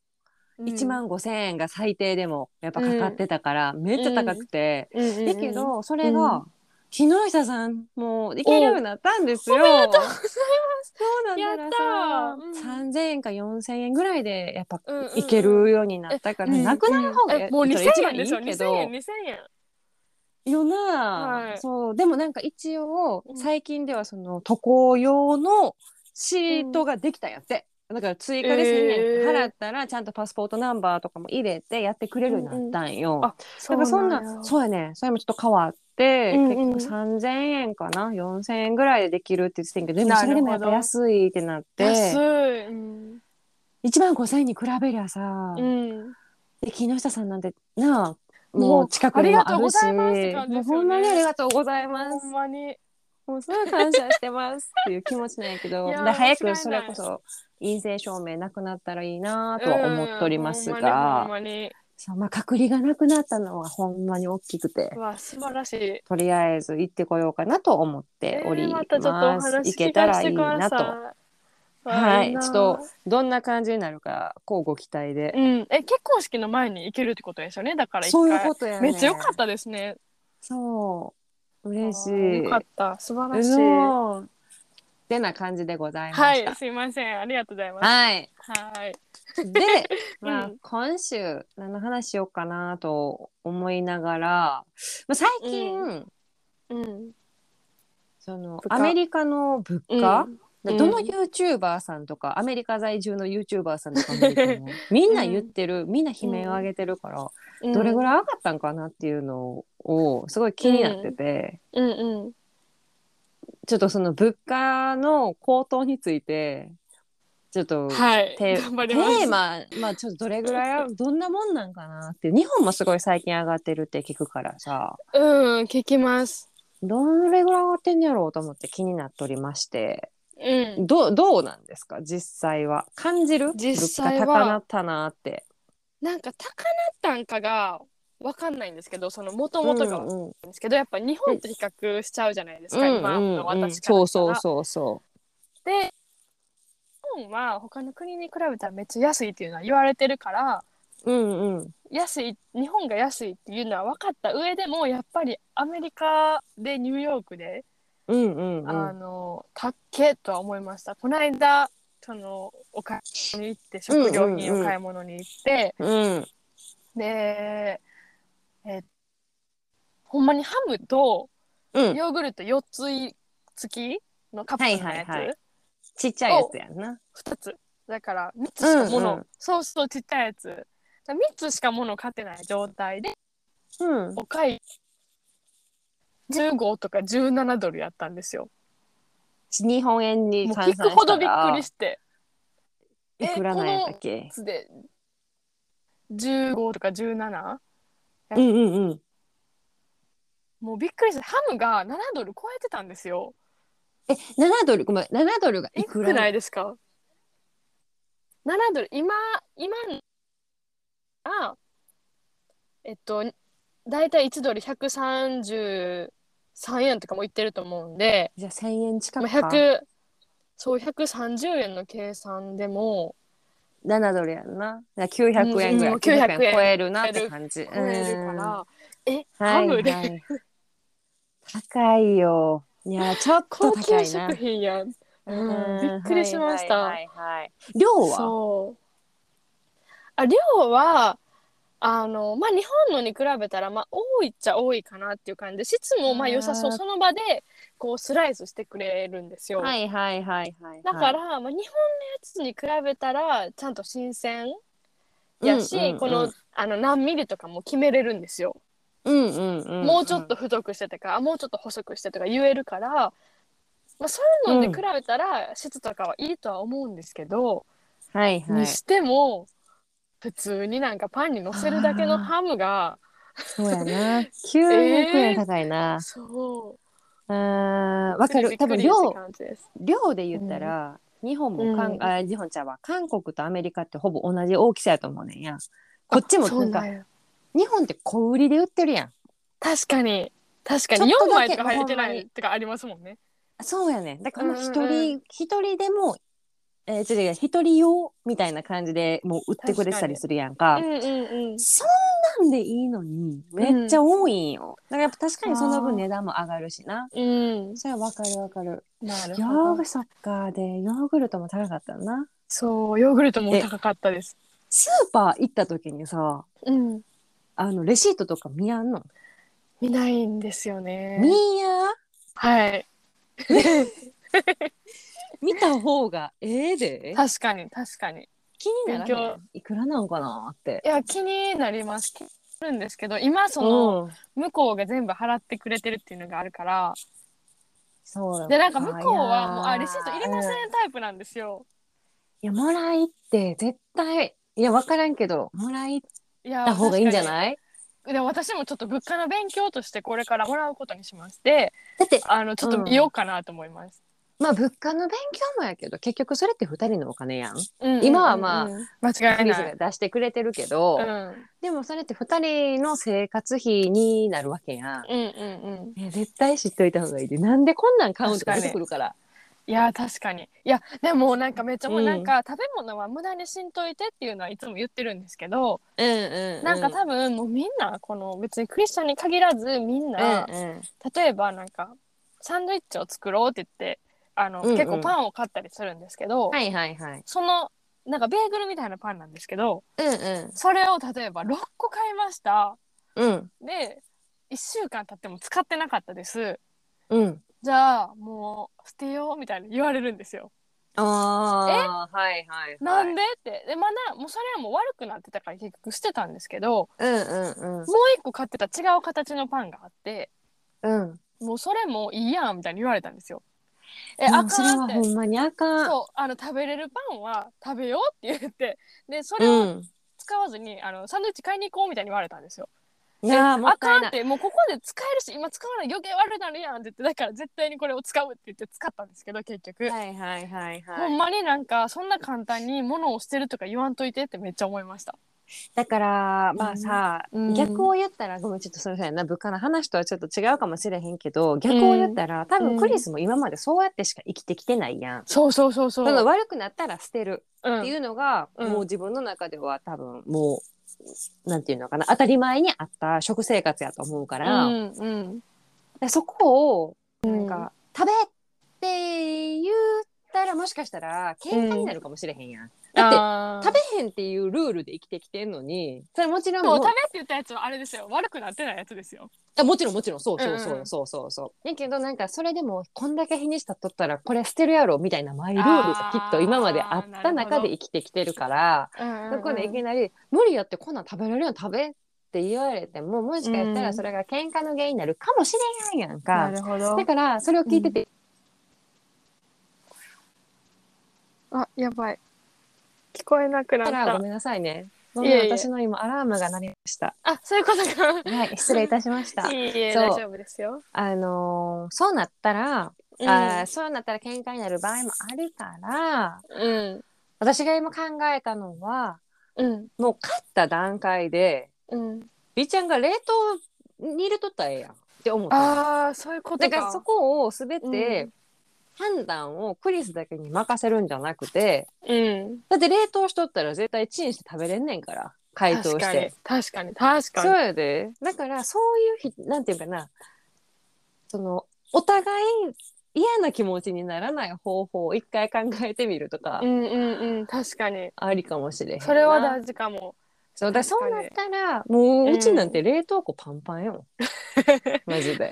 Speaker 2: う1万5,000円が最低でもやっぱかかってたから、めっちゃ高くて、だ
Speaker 1: だ
Speaker 2: け
Speaker 1: お
Speaker 2: どそれ
Speaker 1: う
Speaker 2: が
Speaker 1: ん、
Speaker 2: 木下さんもう行けるようになったんですよ。
Speaker 1: めでとうございます
Speaker 2: そうなんだ
Speaker 1: や
Speaker 2: ら
Speaker 1: ったー
Speaker 2: さ、3,000円か4,000円ぐらいでやっぱ
Speaker 1: うんうんうん
Speaker 2: 行けるようになったから、
Speaker 1: えうん
Speaker 2: なくなる方が
Speaker 1: えもう
Speaker 2: そ
Speaker 1: 2000
Speaker 2: れ一番
Speaker 1: 円でしょ
Speaker 2: いいけ
Speaker 1: 2000
Speaker 2: ど
Speaker 1: 円2000円
Speaker 2: よな、
Speaker 1: はい
Speaker 2: そうでもなんか一応
Speaker 1: うん
Speaker 2: 最近ではその渡航用のシートができたんやって、だから追加で
Speaker 1: えー
Speaker 2: 1,000円払ったらちゃんとパスポートナンバーとかも入れてやってくれるようになったんよ。
Speaker 1: んあ
Speaker 2: だからそんなそうやねそれもちょっと変わって、
Speaker 1: うんうん
Speaker 2: 結局3,000円かな4,000円ぐらいでできるって言ってたんやけどでも
Speaker 1: なる
Speaker 2: そ
Speaker 1: ほど
Speaker 2: れでもやっぱ安いってなっ
Speaker 1: 安
Speaker 2: て
Speaker 1: いうん
Speaker 2: 1万5,000円に比べりゃさ、
Speaker 1: うん
Speaker 2: で木下さんなんてなあ
Speaker 1: も
Speaker 2: も
Speaker 1: う
Speaker 2: う近くにもあ
Speaker 1: ありがとうご
Speaker 2: るし
Speaker 1: ざいますって感じ
Speaker 2: も
Speaker 1: で
Speaker 2: う
Speaker 1: すよね
Speaker 2: ほんまにありがとうございます。
Speaker 1: ほんまに
Speaker 2: もうすごい感謝してますっていう気持ちなんやけど
Speaker 1: [LAUGHS] いやー
Speaker 2: で早
Speaker 1: 間違い
Speaker 2: く
Speaker 1: ない
Speaker 2: それこそ陰性証明なくなったらいいなとは思っております
Speaker 1: うんほん
Speaker 2: が、
Speaker 1: まに
Speaker 2: そうまあ、隔離がなくなったのはほんまに大きくて
Speaker 1: ほんまにうわ素晴らしい
Speaker 2: とりあえず行ってこようかなと思っており
Speaker 1: えー
Speaker 2: ま。
Speaker 1: ますたちょっとお話
Speaker 2: 行
Speaker 1: 聞
Speaker 2: け
Speaker 1: か
Speaker 2: たら
Speaker 1: せ
Speaker 2: い
Speaker 1: て
Speaker 2: い
Speaker 1: くだ
Speaker 2: な
Speaker 1: さ
Speaker 2: と。
Speaker 1: い
Speaker 2: は
Speaker 1: わ
Speaker 2: い、
Speaker 1: な
Speaker 2: ちょっとどんな感じになるか乞うご期待で。
Speaker 1: うんえ結婚式の前に行けるってことですよねだから一回
Speaker 2: そういうことやね。
Speaker 1: めっちゃ良かったですね
Speaker 2: そう嬉し
Speaker 1: あー
Speaker 2: い。
Speaker 1: 良かった素晴らしい
Speaker 2: うんてな感じでございま
Speaker 1: は
Speaker 2: した
Speaker 1: い。すいませんありがとうございます
Speaker 2: はい。
Speaker 1: はい [LAUGHS]
Speaker 2: で、まあ
Speaker 1: うん
Speaker 2: 今週何の話しようかなと思いながら、まあ、最近、
Speaker 1: ううん
Speaker 2: その
Speaker 1: 物価
Speaker 2: アメリカの物
Speaker 1: が
Speaker 2: 価、で
Speaker 1: うん
Speaker 2: どの YouTuber さんとかアメリカ在住の YouTuber さんとかも見ても [LAUGHS] みんな言ってる、みんな悲鳴を上げてるから、どれぐ
Speaker 1: い
Speaker 2: らい上がったんかなっていうのをすごい気になってて、
Speaker 1: うんうん
Speaker 2: ちょっとその物価の高騰についてちょっと
Speaker 1: はい
Speaker 2: テ
Speaker 1: 頑張り
Speaker 2: テ
Speaker 1: ます
Speaker 2: ーマ、まあ、ちょっとどれぐらい、どんなもんなんかなっていう、日本もすごい最近上がってるって聞くからさ、
Speaker 1: うん聞きます
Speaker 2: どれぐらい上がってんのやろうと思って気になっておりまして、
Speaker 1: うん
Speaker 2: どうどうなんですか、実際は。感じる
Speaker 1: 実際は
Speaker 2: 物価高なったなって。
Speaker 1: なんか高なったんかがわかんないんですけどその元々がわかんない
Speaker 2: うんうん
Speaker 1: ですけどやっぱ日本と比較しちゃうじゃないですか、今の
Speaker 2: うんうんうん
Speaker 1: 私からしたら
Speaker 2: そうそうそうそ
Speaker 1: で日本は他の国に比べたらめっちゃ安いっていうのは言われてるから
Speaker 2: う。うんうん。
Speaker 1: 安い日本が安いっていうのは分かった上でもやっぱりアメリカでニューヨークで、
Speaker 2: うんうんう
Speaker 1: あ
Speaker 2: ん。
Speaker 1: のたっけとは思いましたこの間そのお買い物に行って食料品を買い物に行って、
Speaker 2: うん
Speaker 1: でえっほんまにハムと
Speaker 2: うん、
Speaker 1: ヨーグルト4つ付きのカップのやつ、
Speaker 2: はいはいはいちっちゃいやつやんな。
Speaker 1: 2つだから3つしかもの、
Speaker 2: うんうん
Speaker 1: そうそうちっちゃいやつだから3つしかもの買ってない状態で
Speaker 2: うん、
Speaker 1: おかい15とか17ドルやったんですよ
Speaker 2: 日本円に
Speaker 1: もう
Speaker 2: 換
Speaker 1: 聞
Speaker 2: 算
Speaker 1: くほどびっくり
Speaker 2: し
Speaker 1: して
Speaker 2: たらいくらなんやったっけ
Speaker 1: つで15とか17こ
Speaker 2: う
Speaker 1: の
Speaker 2: んうんうん
Speaker 1: もうびっくりしてハムが7ドル超えてたんですよ
Speaker 2: え、7ドル、ごめん、7ドルがい
Speaker 1: い
Speaker 2: く
Speaker 1: く
Speaker 2: ら
Speaker 1: ないですか7ドル今今あえっと大体1ドル133円とかもいってると思うんで
Speaker 2: じゃあ1000円近
Speaker 1: まあ
Speaker 2: くか。
Speaker 1: 100そう130円の計算でも
Speaker 2: 7ドルやんな。だから900円ぐらい。
Speaker 1: うん
Speaker 2: 900
Speaker 1: 900円
Speaker 2: 円超えるなって感じ。
Speaker 1: 超えるから、え
Speaker 2: うん。は
Speaker 1: ハ
Speaker 2: い、
Speaker 1: ムで、
Speaker 2: はい。高いよ。いや、ちょっと
Speaker 1: 高
Speaker 2: 高
Speaker 1: 級
Speaker 2: いな
Speaker 1: 食。品やん、うん
Speaker 2: うん
Speaker 1: びっくりしました、
Speaker 2: はいはいはいはい量は
Speaker 1: そうあ量はあのまあ日本のに比べたらまあ多いっちゃ多いかなっていう感じで質もまあ良さそう
Speaker 2: あー
Speaker 1: その場でこうスライスしてくれるんですよ、
Speaker 2: はいはいはいはい。
Speaker 1: だから、まあ、日本のやつに比べたらちゃんと新鮮やし、
Speaker 2: うんうんうん
Speaker 1: このあの何ミリとかも決めれるんですよ、
Speaker 2: うんうんうん。
Speaker 1: もうちょっと太くしてとかあもうちょっと細くしてとか言えるから、まあ、そういうので比べたら質とかはいいとは思うんですけど、
Speaker 2: はいはい
Speaker 1: に。しても普通になんかパンにのせるだけのハムが
Speaker 2: そうやな。900円高いな。
Speaker 1: そ
Speaker 2: う
Speaker 1: う
Speaker 2: ん、わか
Speaker 1: び
Speaker 2: る。
Speaker 1: っく
Speaker 2: 多分
Speaker 1: りした
Speaker 2: 量、
Speaker 1: 感じです
Speaker 2: 量で言ったら、日本も韓、
Speaker 1: うん
Speaker 2: あ日本ちゃうわ韓国とアメリカってほぼ同じ大きさやと思うねんやこっちも
Speaker 1: そ
Speaker 2: な
Speaker 1: うんなん
Speaker 2: か
Speaker 1: や
Speaker 2: 日本って小売りで売ってるやん
Speaker 1: 確かに確かに
Speaker 2: ちょっ
Speaker 1: 4
Speaker 2: とだ
Speaker 1: 枚
Speaker 2: け
Speaker 1: とか入って
Speaker 2: ほん
Speaker 1: な
Speaker 2: ま
Speaker 1: い
Speaker 2: に
Speaker 1: とかありますもんね
Speaker 2: そうやねんだからもう一
Speaker 1: うんうん
Speaker 2: 人一、人でもえー、ちょっと一人用みたいな感じでもう売ってくれてたりするやんか
Speaker 1: うんうんうん
Speaker 2: そんなんでいいのにめっちゃ多いんよ、だからやっぱ確かにその分値段も上がるしな
Speaker 1: うん、
Speaker 2: それはわかるわかる
Speaker 1: なる
Speaker 2: ヨ
Speaker 1: ほ
Speaker 2: ー
Speaker 1: ど
Speaker 2: グ。そっかでヨーグルトも高かったな
Speaker 1: そう、ヨーグルトも高かったです。
Speaker 2: スーパー行った時にさ
Speaker 1: うん、
Speaker 2: あのレシートとか見やんの、
Speaker 1: 見ないんですよね。
Speaker 2: 見や
Speaker 1: はい、
Speaker 2: 見た方がええで
Speaker 1: 確かに、確かに。
Speaker 2: 気になら
Speaker 1: 勉
Speaker 2: へんいくらなんかなって
Speaker 1: いや、気になります。気になるんですけど、今その、
Speaker 2: うん
Speaker 1: 向こうが全部払ってくれてるっていうのがあるから。
Speaker 2: そうだ
Speaker 1: で、なんか向こうは、もう、あ、
Speaker 2: いや
Speaker 1: レシート入れません
Speaker 2: うんい
Speaker 1: タイプなんですよ。
Speaker 2: やもらいって絶対いや分からんけどもらい
Speaker 1: いや、
Speaker 2: た方がいいんじゃ
Speaker 1: い。
Speaker 2: ない
Speaker 1: でも私もちょっと物価の勉強として、これからもらうことにしまして、
Speaker 2: だって
Speaker 1: あの、ちょっと見ようかなと思います。
Speaker 2: まあ物価の勉強もやけど結局それって2人のお金やん。
Speaker 1: うん
Speaker 2: 今はまあ
Speaker 1: うん間違い
Speaker 2: リズ
Speaker 1: ない。
Speaker 2: が出してくれてるけど、
Speaker 1: うん、
Speaker 2: でもそれって2人の生活費になるわけやん。
Speaker 1: うん、うん、うん。
Speaker 2: ね絶対知っといた方がいいでなんでこんなん買うんとか
Speaker 1: 確かに
Speaker 2: 出てくるから
Speaker 1: いやー確かにいやでもなんかめっちゃもう
Speaker 2: うん
Speaker 1: なんか食べ物は無駄にしんといてっていうのはいつも言ってるんですけど、
Speaker 2: うんうん
Speaker 1: なんか多分もうみんなこの別にクリスチャンに限らずみんな、
Speaker 2: うんうん
Speaker 1: 例えばなんかサンドイッチを作ろうって言ってあの、
Speaker 2: うんうん
Speaker 1: 結構パンを買ったりするんですけど、
Speaker 2: はいはいはい
Speaker 1: そのなんかベーグルみたいなパンなんですけど
Speaker 2: うんうん
Speaker 1: それを例えば6個買いました
Speaker 2: うん
Speaker 1: で1週間経っても使ってなかったです
Speaker 2: うん
Speaker 1: じゃあもう捨てようみたいな言われるんですよ。
Speaker 2: ああはいはいはい
Speaker 1: なんでってでまだもうそれはもう悪くなってたから結局してたんですけど
Speaker 2: うんうんうん
Speaker 1: もう一個買ってた違う形のパンがあって
Speaker 2: うん
Speaker 1: もうそれもいいやんみたいに言われたんですよ。え
Speaker 2: で
Speaker 1: あ
Speaker 2: もそれ
Speaker 1: かん
Speaker 2: は
Speaker 1: って
Speaker 2: ほんまにあかん
Speaker 1: そうあの食べれるパンは食べようって言ってでそれを
Speaker 2: うん
Speaker 1: 使わずに、あのサンドイッチ買いに行こうみたいに言われたんですよ。
Speaker 2: いやー
Speaker 1: で
Speaker 2: もっ
Speaker 1: あ
Speaker 2: た
Speaker 1: か
Speaker 2: い
Speaker 1: ん
Speaker 2: な
Speaker 1: っ
Speaker 2: い
Speaker 1: てもうここで使えるし今使わない余計悪なるやんって言ってだから絶対にこれを使うって言って使ったんですけど結局、
Speaker 2: はいはいはいは
Speaker 1: ほ
Speaker 2: い
Speaker 1: んまになんかそんな簡単に物を捨てるとか言わんといてってめっちゃ思いました。
Speaker 2: だからまあさ、
Speaker 1: うん
Speaker 2: 逆を言ったらごめんちょっとすみませんな物価の話とはちょっと違うかもしれへんけど逆を言ったら、多分クリスも今までそうやってしか生きてきてないやん。
Speaker 1: そうそうそうそう。
Speaker 2: その悪くなったら捨てる
Speaker 1: うん
Speaker 2: っていうのが、
Speaker 1: うん
Speaker 2: もう自分の中では多分もうなんていうのかな当たり前にあった食生活やと思うから,、
Speaker 1: うんうん
Speaker 2: そこを
Speaker 1: う
Speaker 2: なん
Speaker 1: ん
Speaker 2: か、食べって言ったらもしかしたら喧嘩になるかもしれへんやん。だって
Speaker 1: だ
Speaker 2: 食べへんっていうルールで生きてきてんのにそれもちろん
Speaker 1: もう
Speaker 2: もう
Speaker 1: 食べって言ったやつはあれですよ悪くなってないやつですよ
Speaker 2: あもちろんもちろんそうそう
Speaker 1: うん
Speaker 2: そううんそうそうそう。やけどなんかそれでもこんだけ日にしたとったらこれ捨てるやろみたいなマイルールがきっと今まであった中で生きてきてるからそこでいきなり「無理やってこんなん食べれるやん食べ」って言われてももしかした
Speaker 1: う
Speaker 2: ら
Speaker 1: ん
Speaker 2: それが喧嘩の原因になるかもしれないやん
Speaker 1: な
Speaker 2: か。
Speaker 1: るほど
Speaker 2: だからそれを聞いてて、
Speaker 1: あやばい聞こえなくなっ
Speaker 2: あらご
Speaker 1: た
Speaker 2: めんなさいね。ごめん
Speaker 1: いえいえ
Speaker 2: 私の今アラームが鳴りました。
Speaker 1: あそういうこと
Speaker 2: はい失礼いたしました
Speaker 1: か。いいえ
Speaker 2: そう
Speaker 1: 大丈夫ですよ
Speaker 2: あのーそうなったら
Speaker 1: うん
Speaker 2: あーそうなったら喧嘩になる場合もあるから
Speaker 1: うん
Speaker 2: 私が今考えたのは
Speaker 1: うん
Speaker 2: もう勝った段階で
Speaker 1: うん、
Speaker 2: B ちゃんが冷凍に入れとったらええやんって思った
Speaker 1: ああそういうこと
Speaker 2: だ
Speaker 1: か
Speaker 2: からそこを全
Speaker 1: う
Speaker 2: て判断をクリスだけに任せるんじゃなくて
Speaker 1: うん、
Speaker 2: だって冷凍しとったら絶対チンして食べれんねんから解凍し
Speaker 1: 確かに
Speaker 2: て
Speaker 1: 確かに確
Speaker 2: そ
Speaker 1: か
Speaker 2: う
Speaker 1: に
Speaker 2: やでだからそういうひなんていうかなそのお互い嫌な気持ちにならない方法を一回考えてみるとか
Speaker 1: うんうんうん確かに
Speaker 2: ありかもしれへんな
Speaker 1: それは大事かも
Speaker 2: そうだからそ
Speaker 1: 確か
Speaker 2: う
Speaker 1: に
Speaker 2: なったらもう
Speaker 1: うん
Speaker 2: うちなんて冷凍庫パンパン
Speaker 1: [LAUGHS]
Speaker 2: よ、マジで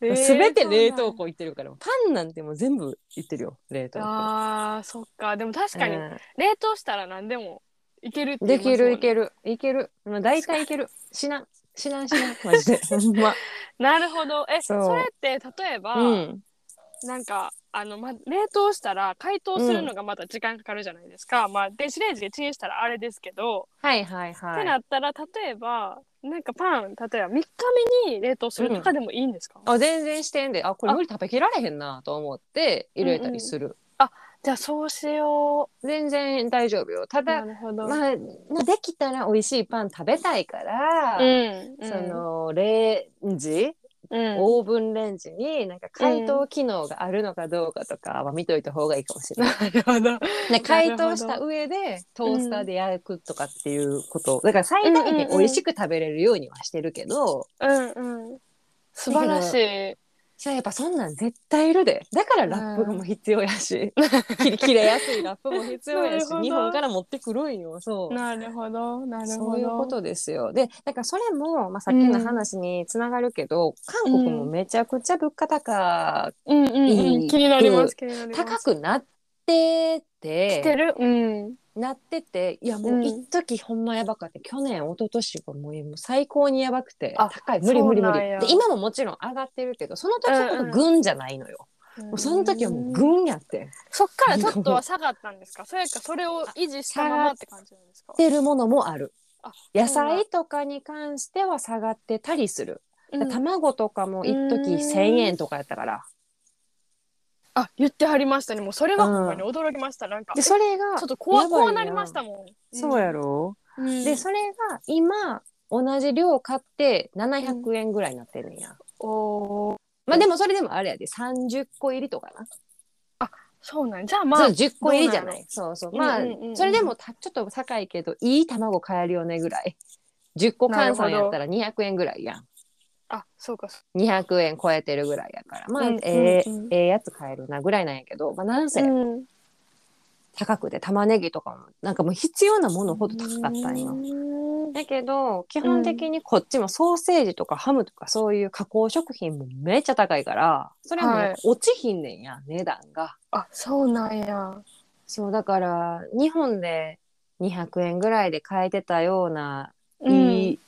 Speaker 1: べ
Speaker 2: 全て冷凍庫いってるからパンなんてもう全部いってるよ冷凍庫
Speaker 1: あーそっかでも確かに
Speaker 2: うん
Speaker 1: 冷凍したら何でもいけるって言
Speaker 2: で
Speaker 1: います
Speaker 2: き
Speaker 1: もん
Speaker 2: る
Speaker 1: ね
Speaker 2: いけるいける、まあ、大体いけるしなんしなんしなんマジ
Speaker 1: [LAUGHS]
Speaker 2: でほんま
Speaker 1: なるほどえ
Speaker 2: そ
Speaker 1: そうれって例えば、
Speaker 2: うん
Speaker 1: なんかあの、ま、冷凍したら解凍するのがまた時間かかるじゃないですか、まあ電子レンジでチンしたらあれですけど、
Speaker 2: はいはいはい
Speaker 1: ってなったら例えばなんかパン例えば3日目に冷凍するとかでもいいんですか、
Speaker 2: あ全然してんであこれ無理食べきられへんなと思って入れたりする、
Speaker 1: じゃあそうしよ
Speaker 2: 全然大丈夫よた
Speaker 1: うな
Speaker 2: だ、
Speaker 1: るほど、
Speaker 2: まあ、できたら美味しいパン食べたいから、
Speaker 1: うん、うん
Speaker 2: そのレンジ
Speaker 1: うん
Speaker 2: オーブンレンジになんか解凍機能があるのかどうかとかは見といた方がいいかもしれない。
Speaker 1: なるほど。
Speaker 2: で解凍した上でトースターで焼くとかっていうこと、だから最大限美味しく食べれるようにはしてるけど、
Speaker 1: うんうん。素晴らしい。
Speaker 2: じゃあやっぱそんなん絶対いるでだからラップも必要やし、切切れやすいラップも必要やし
Speaker 1: なるほど
Speaker 2: 日本から持ってくるんよそう。
Speaker 1: なるほど。なるほど。
Speaker 2: そういうことですよ。で、だからそれも、まあ、さっきの話につながるけど、韓国もめちゃくちゃ物価高、
Speaker 1: うんうんう
Speaker 2: い
Speaker 1: ん。
Speaker 2: い
Speaker 1: 気になります。気になります。
Speaker 2: 高くなって
Speaker 1: 来て
Speaker 2: て、
Speaker 1: る。うん。
Speaker 2: なってて、いやも
Speaker 1: う
Speaker 2: うん一時ほんまやばかって、去年、一昨年はもうもう最高にやばくて、
Speaker 1: あ
Speaker 2: 高い、無理無理無
Speaker 1: そう
Speaker 2: 理。
Speaker 1: なんや
Speaker 2: で、今ももちろん上がってるけど、その時ほど軍じゃないのよ。もうその時はもう軍やって。
Speaker 1: そっからちょっとは下がったんですか。それかそれを維持したままって感じなんですか
Speaker 2: っ。てるものもある。
Speaker 1: あ
Speaker 2: 野菜とかに関しては下がってたりする。
Speaker 1: うん
Speaker 2: 卵とかも一時
Speaker 1: うん
Speaker 2: 1000円とかやったから。
Speaker 1: あ言ってはりましたね。もうそれはほんまに驚きました。なんか。
Speaker 2: で、
Speaker 1: えち
Speaker 2: それが
Speaker 1: ょっ、と怖
Speaker 2: やばいやん
Speaker 1: 怖なりましたもん。
Speaker 2: そうやろ、
Speaker 1: うん。
Speaker 2: で、それが今、同じ量買って700円ぐらいになってるんや。
Speaker 1: おー
Speaker 2: まあでもそれでもあれやで、30個入りとかな。
Speaker 1: そうなんじゃあまあ
Speaker 2: そう、10個入りじゃな
Speaker 1: どう
Speaker 2: い。そうそう。まあ、
Speaker 1: うんうんうんうん
Speaker 2: それでもたちょっと高いけど、いい卵買えるよねぐらい。10個換算やったら200円ぐらいやん。
Speaker 1: あそうか。そ
Speaker 2: 200円超えてるぐらいやからまあ、
Speaker 1: うん
Speaker 2: ええ
Speaker 1: うんうん
Speaker 2: ええやつ買えるなぐらいなんやけど、まあ、なんせ
Speaker 1: ううん
Speaker 2: 高くて玉ねぎとかもなんかもう必要なものほど高かったんよ。
Speaker 1: う
Speaker 2: だけど基本的にこっちもソーセージとかハムとかそういう加工食品もめっちゃ高いからそれはも
Speaker 1: は
Speaker 2: う
Speaker 1: い
Speaker 2: 落ちひんねんや、値段が。
Speaker 1: あそうなんや。
Speaker 2: そうだから日本で200円ぐらいで買えてたような
Speaker 1: うん
Speaker 2: いい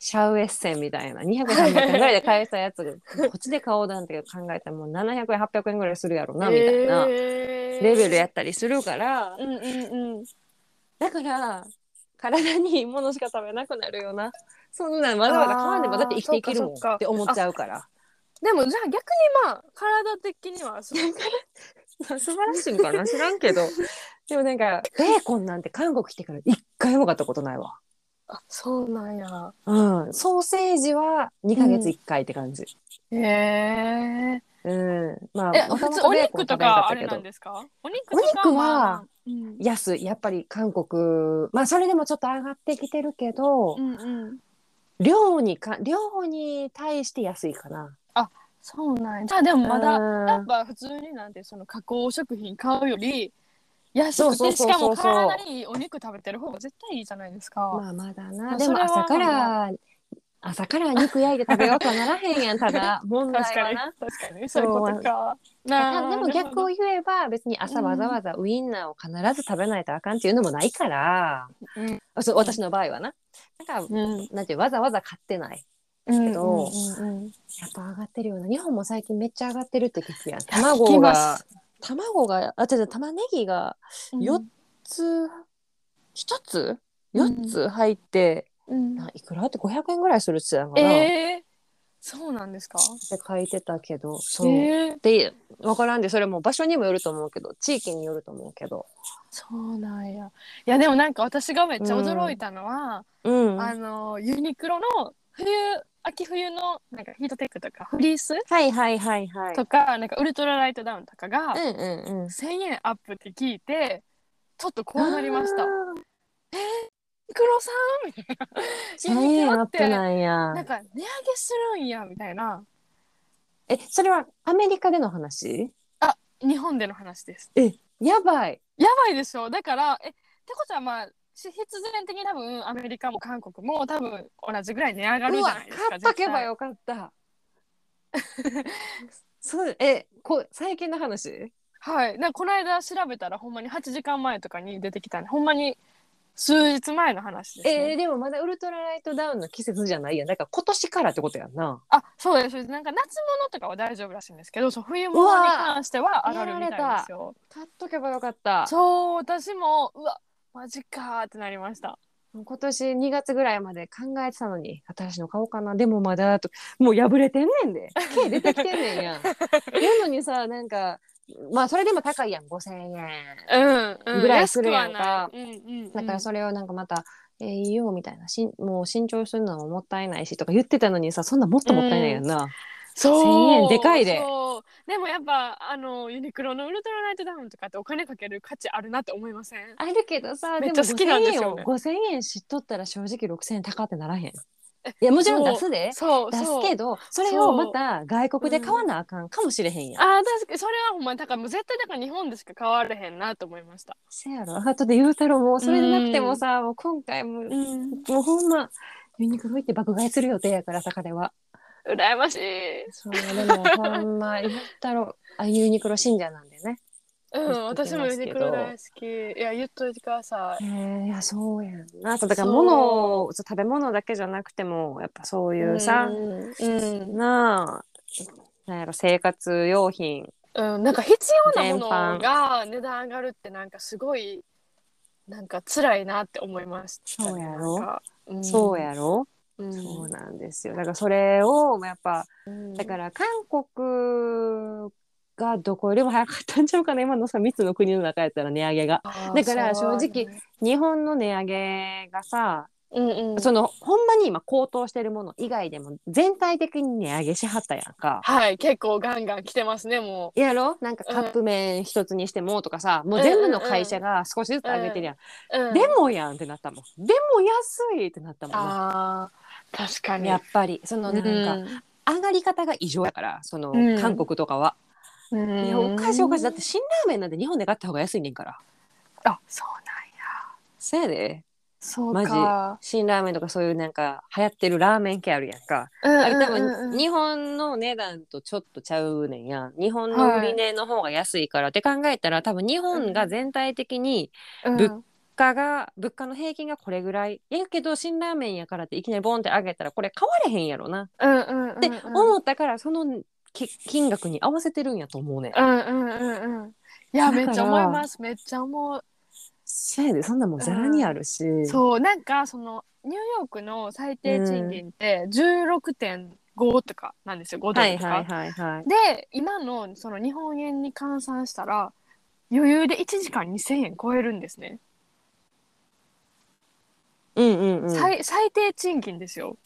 Speaker 2: シャウエッセンみたいな200円300円ぐらいで買えたやつがこっちで買おうなんて考えたらもう700円800円ぐらいするやろなみたいな
Speaker 1: [LAUGHS] えー
Speaker 2: レベルやったりするから、
Speaker 1: うんうんうん
Speaker 2: だから体にいいものしか食べなくなるよなそんなんまだまだ買わんでもだって生きていけるもん
Speaker 1: あーそっかそっか
Speaker 2: って思っちゃうから
Speaker 1: でもじゃあ逆にまあ体的には
Speaker 2: [LAUGHS]
Speaker 1: そ
Speaker 2: 素
Speaker 1: う
Speaker 2: 晴らしいんかな知らんけど [LAUGHS] でもなんかベーコンなんて韓国来てから一回も買ったことないわ。
Speaker 1: あそうなんや
Speaker 2: うん、ソーセージは2ヶ月1回って感じ。
Speaker 1: へえ
Speaker 2: うん、まあ
Speaker 1: え
Speaker 2: もと
Speaker 1: 普
Speaker 2: も
Speaker 1: 通
Speaker 2: と
Speaker 1: お
Speaker 2: ベーコン食
Speaker 1: 肉
Speaker 2: べ
Speaker 1: と
Speaker 2: なか
Speaker 1: か
Speaker 2: っ
Speaker 1: あ
Speaker 2: た
Speaker 1: れ
Speaker 2: け
Speaker 1: な
Speaker 2: ど
Speaker 1: んですかお肉とか
Speaker 2: お肉は
Speaker 1: うん
Speaker 2: 安いやっぱり韓国まあそれでもちょっと上がってきてるけど、
Speaker 1: うんうん
Speaker 2: 量にか量に対して安いかな。
Speaker 1: そうなんやじゃあでもまだ
Speaker 2: うん
Speaker 1: やっぱ普通になんてその加工食品買うより安く
Speaker 2: そうそう
Speaker 1: て
Speaker 2: そ
Speaker 1: し
Speaker 2: うそう
Speaker 1: かも体にいいお肉食べてる方が絶対いいじゃないですか、
Speaker 2: まあまだな
Speaker 1: あ
Speaker 2: でも
Speaker 1: それは
Speaker 2: 朝から朝から肉焼いて食べようとはならへんやんた
Speaker 1: [LAUGHS]
Speaker 2: だ問題
Speaker 1: 確か
Speaker 2: は
Speaker 1: に
Speaker 2: な。
Speaker 1: 確かにそういうことか
Speaker 2: たでも
Speaker 1: なるほ
Speaker 2: 逆
Speaker 1: ど
Speaker 2: を言えば別に朝
Speaker 1: うん
Speaker 2: わざわざウインナーを必ず食べないとあかんっていうのもないから、
Speaker 1: うん
Speaker 2: あそう私の場合はな。なんか
Speaker 1: うん
Speaker 2: なんていうわざわざ買ってない。
Speaker 1: うん
Speaker 2: けど
Speaker 1: うんうんうん
Speaker 2: やっぱ上がってるよな。日本も最近めっちゃ上がってるって聞くやん。
Speaker 1: 聞き
Speaker 2: 卵
Speaker 1: ま
Speaker 2: が
Speaker 1: す、
Speaker 2: 卵が、あ、違う違う、玉ねぎが
Speaker 1: うん
Speaker 2: 4つ、一つ
Speaker 1: うん
Speaker 2: 4つ入って、
Speaker 1: うん
Speaker 2: ないくらって500円ぐらいするって言ってたのかな、っ
Speaker 1: ええそうなんですか。
Speaker 2: て書いてたけど、そう。
Speaker 1: ええ
Speaker 2: で、わからんで、それも場所にもよると思うけど、地域によると思うけど。
Speaker 1: そうなんや。いやでもなんか私がめっちゃ驚いたのは、
Speaker 2: うん。は
Speaker 1: あ
Speaker 2: い
Speaker 1: のユニクロの冬秋冬のなんかヒートテックとかフリース
Speaker 2: はいはいはい。
Speaker 1: とか、なんかウルトラライトダウンとかが
Speaker 2: うんうんうん。
Speaker 1: 1000円アップって聞いてちょっとこうなりました。
Speaker 2: あ
Speaker 1: ユニクロさんみたい
Speaker 2: ー。
Speaker 1: な。
Speaker 2: 1000
Speaker 1: ユニ
Speaker 2: 円
Speaker 1: クロ
Speaker 2: アッ
Speaker 1: っ
Speaker 2: プ
Speaker 1: てな
Speaker 2: なん
Speaker 1: ん
Speaker 2: や。
Speaker 1: か値上げするんやみたいな。
Speaker 2: え、それはアメリカでの話
Speaker 1: 日本での話です。
Speaker 2: やばい。
Speaker 1: やばいでしょだからえってことはまあし必然的に多分アメリカも韓国も多分同じぐらい値上がる
Speaker 2: う
Speaker 1: じ
Speaker 2: わ
Speaker 1: ゃないですか
Speaker 2: 買っとけば
Speaker 1: 絶
Speaker 2: よかった [LAUGHS] そうえこ最近の話
Speaker 1: 対はいなんかこの間調べたらほんまに8時間前とかに出てきたんでほんまに数日前の話です、
Speaker 2: え
Speaker 1: ね
Speaker 2: ーでもまだウルトラライトダウンの季節じゃないやんだから今年からってことやんな
Speaker 1: あそうですそうですなんか夏物とかは大丈夫らしいんですけどそう冬物に
Speaker 2: うわ
Speaker 1: 関しては上がるみたいですよ
Speaker 2: 買っとけばよかった
Speaker 1: そう私もうわマジかーってなりました
Speaker 2: 今年2月ぐらいまで考えてたのに新しいの買おうかなでもまだともう破れてんねんで毛出てきてん
Speaker 1: [LAUGHS]
Speaker 2: ねんやんやのにさなんかまあそれでも高いやん5,000円
Speaker 1: うん、うん、
Speaker 2: ぐらいす
Speaker 1: 安く
Speaker 2: るや
Speaker 1: は
Speaker 2: んか
Speaker 1: ない、うんうんうん、
Speaker 2: だからそれをなんかまた、えー、いいよみたいなしんもう新調するのももったいないしとか言ってたのにさそんなもっともったいないやんな、
Speaker 1: そう
Speaker 2: 1000円でかいで
Speaker 1: そうでもやっぱあのユニクロのウルトラライトダウンとかってお金かける価値あるなって思いません
Speaker 2: あるけどさ
Speaker 1: めっちゃ好きなんですよ
Speaker 2: で
Speaker 1: ね
Speaker 2: も5000円を5000円知っとったら正直6000円高ってならへんいやもちろん出すで
Speaker 1: そう
Speaker 2: 出す
Speaker 1: そう
Speaker 2: けどそれをまた外国で買わなあかんかもしれへんやん、
Speaker 1: あー確かにそれはほんまにだからもう絶対だから日本でしか買われへんなと思いました。
Speaker 2: せやろあ [LAUGHS] とで言うたろもうそれでなくてもさ、もう今回もう
Speaker 1: うん、
Speaker 2: もうほんまユニクロ行って爆買いする予定やからさ彼は
Speaker 1: 羨ましい。
Speaker 2: そうでもほんま言ったろあユニクロ信者なんでね
Speaker 1: う
Speaker 2: 言っ
Speaker 1: ん、
Speaker 2: ときます
Speaker 1: 私
Speaker 2: けど
Speaker 1: もユニクロ大好き。いや、言っといてください。
Speaker 2: へえいやそうやんなそうだから
Speaker 1: そう
Speaker 2: 物をそう食べ物だけじゃなくてもやっぱそういうさ、
Speaker 1: うん、うん
Speaker 2: なあなんやろ生活用品
Speaker 1: うん、なんか必要なものが値段上がるってなんかすごい。なんか辛いなって思いました、
Speaker 2: そうやろ
Speaker 1: なんかん
Speaker 2: そうやろ、
Speaker 1: うん、
Speaker 2: そうなんですよだからそれをやっぱ
Speaker 1: うん
Speaker 2: だから韓国がどこよりも早かったんちゃうかな [LAUGHS] 今のさ3つの国の中やったら値上げが
Speaker 1: あー
Speaker 2: だから
Speaker 1: そうやね
Speaker 2: 正日本の値上げがさ、
Speaker 1: うんうん、
Speaker 2: そのほんまに今高騰してるもの以外でも全体的に値上げしはったやんか。
Speaker 1: はい、結構ガンガン来てますね、も
Speaker 2: やろなんかカップ麺一つにしてもとかさ、もう全部の会社が少しずつ上げてるやん、
Speaker 1: う。うん、
Speaker 2: でもやんってなったもんでも安いってなったもんな
Speaker 1: あー確かに。
Speaker 2: やっぱりそのなんか
Speaker 1: か、
Speaker 2: 上がり方が異常やからその
Speaker 1: うん
Speaker 2: 韓国とかは、
Speaker 1: うん
Speaker 2: いやおかしいおかしいだって辛ラーメンなんて日本で買った方が安いねんから
Speaker 1: あそうなんや
Speaker 2: せやで
Speaker 1: そう
Speaker 2: マジ
Speaker 1: か
Speaker 2: 辛ラーメンとかそういうなんか流行ってるラーメン系あるやんかあ
Speaker 1: あ
Speaker 2: れ多分日本の値段とちょっとちゃうねんやん日本の売り値の方が安いからって考えたら多分日本が全体的にぶ物価が物価の平均がこれぐらいやけど辛ラーメンやからっていきなりボンって上げたらこれ買われへんやろな
Speaker 1: うんうんうん
Speaker 2: って思ったからそのき金額に合わせてるんやと思うねん。
Speaker 1: うんうんうんうんいや
Speaker 2: だか
Speaker 1: め
Speaker 2: ら
Speaker 1: っちゃ思いますめっちゃ思う
Speaker 2: せやでそんなもんざらにあるし、
Speaker 1: そうなんかそのニューヨークの最低賃金って16.5とかなんですよ5ド
Speaker 2: は
Speaker 1: ル
Speaker 2: い
Speaker 1: とか、
Speaker 2: はいはいはい。
Speaker 1: で今のその日本円に換算したら余裕で1時間2,000円超えるんですね、
Speaker 2: うんうんうん。
Speaker 1: 最最低賃金ですよ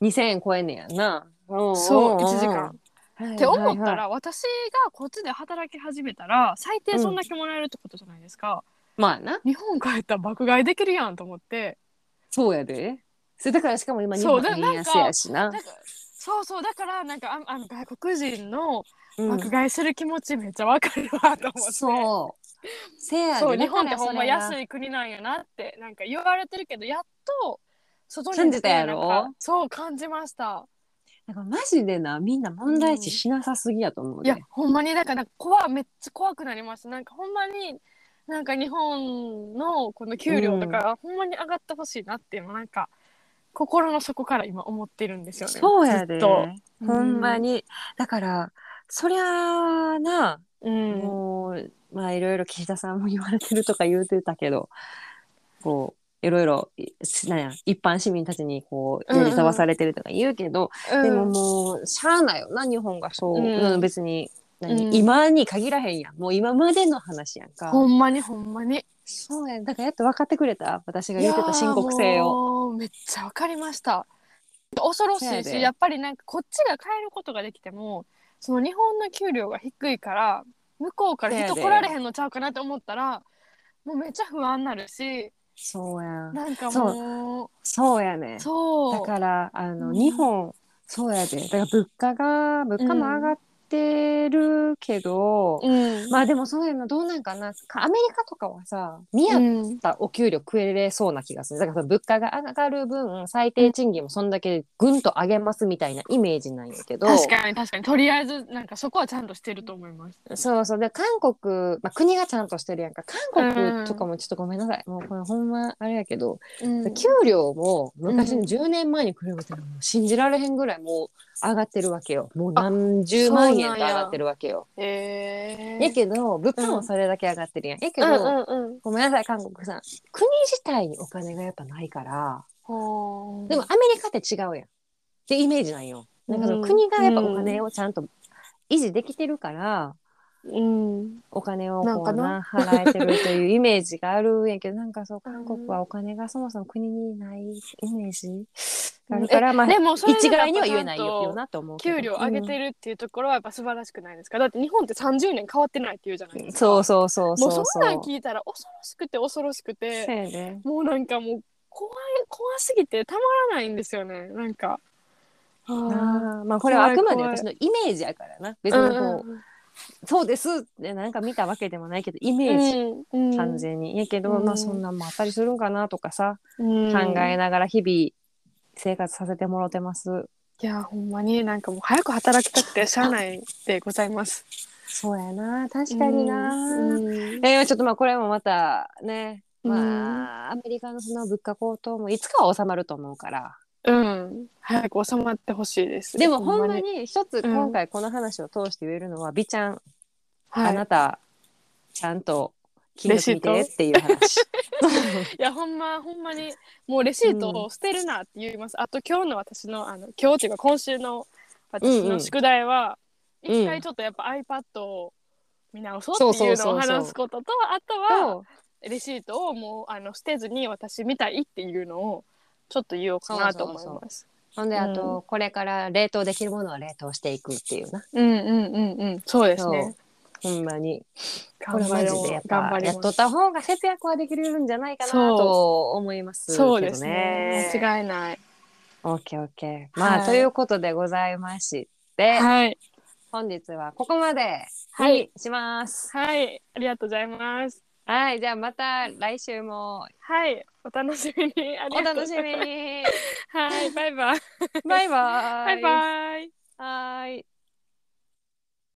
Speaker 2: 2000円超えんねやんな。
Speaker 1: そう1時間
Speaker 2: 間
Speaker 1: って思ったら私がこっちで働き始めたら最低そんだけもらえるってことじゃないですか、
Speaker 2: まあな
Speaker 1: 日本帰ったら爆買いできるやんと思って
Speaker 2: そうやで。それだからしかも今日
Speaker 1: そう
Speaker 2: 本
Speaker 1: だ
Speaker 2: 円安やしな
Speaker 1: なん。かそうそうだからなんかああの外国人の
Speaker 2: うん
Speaker 1: 爆買いする気持ちめっちゃわかるわと思って、そう
Speaker 2: そう。せやで。
Speaker 1: 日本ってほんま安
Speaker 2: い。
Speaker 1: い国なんやなってなんか言われてるけどやっと外に
Speaker 2: 感じたやろ
Speaker 1: なんかそう感じました
Speaker 2: だからマジでなみんな問題視しなさすぎやと思う
Speaker 1: い
Speaker 2: ね。
Speaker 1: やほんまにだから怖めっちゃ怖くなりましたなんかほんまになんか日本のこの給料とか、ほんまに上がってほしいなっていうのなんか心の底から今思ってるんですよね
Speaker 2: そうやで。
Speaker 1: ずっと
Speaker 2: ほんまに、だからそりゃあな、
Speaker 1: うん、
Speaker 2: もうまあいろいろ岸田さんも言われてるとか言うてたけどこういろいろいなんや一般市民たちにこう
Speaker 1: うんうん
Speaker 2: 寄り添わされてるとか言うけど、
Speaker 1: うん
Speaker 2: でももうしゃあないよな日本がそう、
Speaker 1: うん
Speaker 2: うん別に何、
Speaker 1: うん
Speaker 2: 今に限らへんやんもう今までの話やんか。
Speaker 1: ほんまにほんまに
Speaker 2: そうやんだからやっと分かってくれた私が言ってた深刻
Speaker 1: い
Speaker 2: 性
Speaker 1: やー
Speaker 2: を。
Speaker 1: もうめっちゃわかりました恐ろし
Speaker 2: そうや
Speaker 1: いし
Speaker 2: で
Speaker 1: やっぱりなんかこっちが変えることができてもその日本の給料が低いから向こうから
Speaker 2: そ
Speaker 1: 人
Speaker 2: うやで
Speaker 1: 来られへんのちゃうかなって思ったらもうめっちゃ不安になるし
Speaker 2: そうやん
Speaker 1: なんかもう
Speaker 2: そうやねん
Speaker 1: そう
Speaker 2: だからあの、
Speaker 1: うん
Speaker 2: 日本そうやでだから物価が物価も上がってるけど、
Speaker 1: うん
Speaker 2: まあでもそういうのどうなんかなかアメリカとかはさ見合
Speaker 1: う
Speaker 2: っ
Speaker 1: ん
Speaker 2: たお給料食えれそうな気がする、だからその物価が上がる分最低賃金もそんだけぐんと上げますみたいなイメージなんやけど
Speaker 1: 確かに確かにとりあえずなんかそこはちゃんとしてると思います。
Speaker 2: そうそうで韓国、まあ、国がちゃんとしてるやんか韓国とかもちょっとごめんなさい、もうこれほんまあれやけど、給料も昔の
Speaker 1: うん
Speaker 2: 10年前に比べても信じられへんぐらいもう上がってるわけよもう
Speaker 1: あ
Speaker 2: 何十万円と
Speaker 1: そうなん
Speaker 2: 上
Speaker 1: や
Speaker 2: がってるわけよ
Speaker 1: えー、
Speaker 2: やけど物価もそれだけ上がってるやん、やけど、
Speaker 1: うんうん
Speaker 2: ごめんなさい韓国さん国自体にお金がやっぱないから
Speaker 1: ほー
Speaker 2: でもアメリカって違うやんってイメージなんよなんかその
Speaker 1: うん
Speaker 2: 国がやっぱお金をちゃんと維持できてるから、
Speaker 1: うん
Speaker 2: お金を
Speaker 1: な
Speaker 2: こ
Speaker 1: ん
Speaker 2: う
Speaker 1: か
Speaker 2: な
Speaker 1: な
Speaker 2: 払えてるというイメージがあるんやけどなんかそう韓国はお金がそもそも国にないイメージあるから、まあ
Speaker 1: で、もそれ
Speaker 2: 一
Speaker 1: でもや
Speaker 2: 概
Speaker 1: っぱ
Speaker 2: には言えない
Speaker 1: ちゃんと
Speaker 2: よなと思うけど。
Speaker 1: 給料上げて
Speaker 2: る、
Speaker 1: るっていうところはやっぱ素晴らしくないですか、だって日本って30年変わってないっていうじゃないですか
Speaker 2: そうそうそうそう
Speaker 1: もうそんなん聞いたら恐ろしくて恐ろしくて
Speaker 2: そうやね
Speaker 1: もうなんかもう怖い怖すぎてたまらないんですよねなんかあー
Speaker 2: あーまあこれはあくまで
Speaker 1: 怖い怖い
Speaker 2: 私のイメージやからな別にこう、
Speaker 1: うん
Speaker 2: そうですってなんか見たわけでもないけどイメージ、
Speaker 1: うんうん
Speaker 2: 完全にやけど、
Speaker 1: うん
Speaker 2: まあそんなんもあったりするんかなとかさ、
Speaker 1: うん
Speaker 2: 考えながら日々生活させてもろてます
Speaker 1: いやほんまになんかもう早く働きたくてしゃあないでございます
Speaker 2: そうやな確
Speaker 1: うんうん
Speaker 2: えーちょっとまあこれもまたねまあ、アメリカのその物価高騰もいつかは収まると思うから
Speaker 1: うん早く収まってほしいです
Speaker 2: でもほんまに一つ今回この話を通して言えるのは、美ちゃん
Speaker 1: は
Speaker 2: あ
Speaker 1: い
Speaker 2: なたちゃんと金額見てっていう話。
Speaker 1: いやほんまほんまにもうレシートを捨てるなって言います、あと今日の私のあの今日っていうか今週の私
Speaker 2: うんう
Speaker 1: の
Speaker 2: ん
Speaker 1: 宿題
Speaker 2: う
Speaker 1: は、
Speaker 2: ん
Speaker 1: 一回ちょっとやっぱ iPad を見直そうっていうのを話すこととあとは
Speaker 2: そう
Speaker 1: レシートをもうあの捨てずに私見たいっていうのをちょっと言おうかなと思います。
Speaker 2: ほんで
Speaker 1: うん
Speaker 2: あと、これから冷凍できるものは冷凍していくっていうな。
Speaker 1: うんうんうんうんそうですね。
Speaker 2: ほんまにこ
Speaker 1: 頑
Speaker 2: れ
Speaker 1: 張
Speaker 2: マ
Speaker 1: り
Speaker 2: ジ
Speaker 1: ます
Speaker 2: でやっ
Speaker 1: 頑張
Speaker 2: ぱ
Speaker 1: り
Speaker 2: やっと
Speaker 1: ま
Speaker 2: っ
Speaker 1: す。
Speaker 2: た方が節約はできるんじゃないかな
Speaker 1: そう
Speaker 2: と思いますけどね。
Speaker 1: そうですね。間違いない。
Speaker 2: オッケーオッケー。まあ、
Speaker 1: はい
Speaker 2: ということでございまして、
Speaker 1: はい
Speaker 2: 本日はここまで
Speaker 1: はい
Speaker 2: にします。
Speaker 1: はいありがとうございます。
Speaker 2: はい、じゃあまた来週も
Speaker 1: はいお楽しみにあり
Speaker 2: お
Speaker 1: がと
Speaker 2: 楽
Speaker 1: うござ
Speaker 2: し
Speaker 1: います
Speaker 2: みに。
Speaker 1: [LAUGHS] はい、バイバイ。
Speaker 2: バイバ
Speaker 1: バ
Speaker 2: イ。
Speaker 1: イバイ。
Speaker 2: はーい。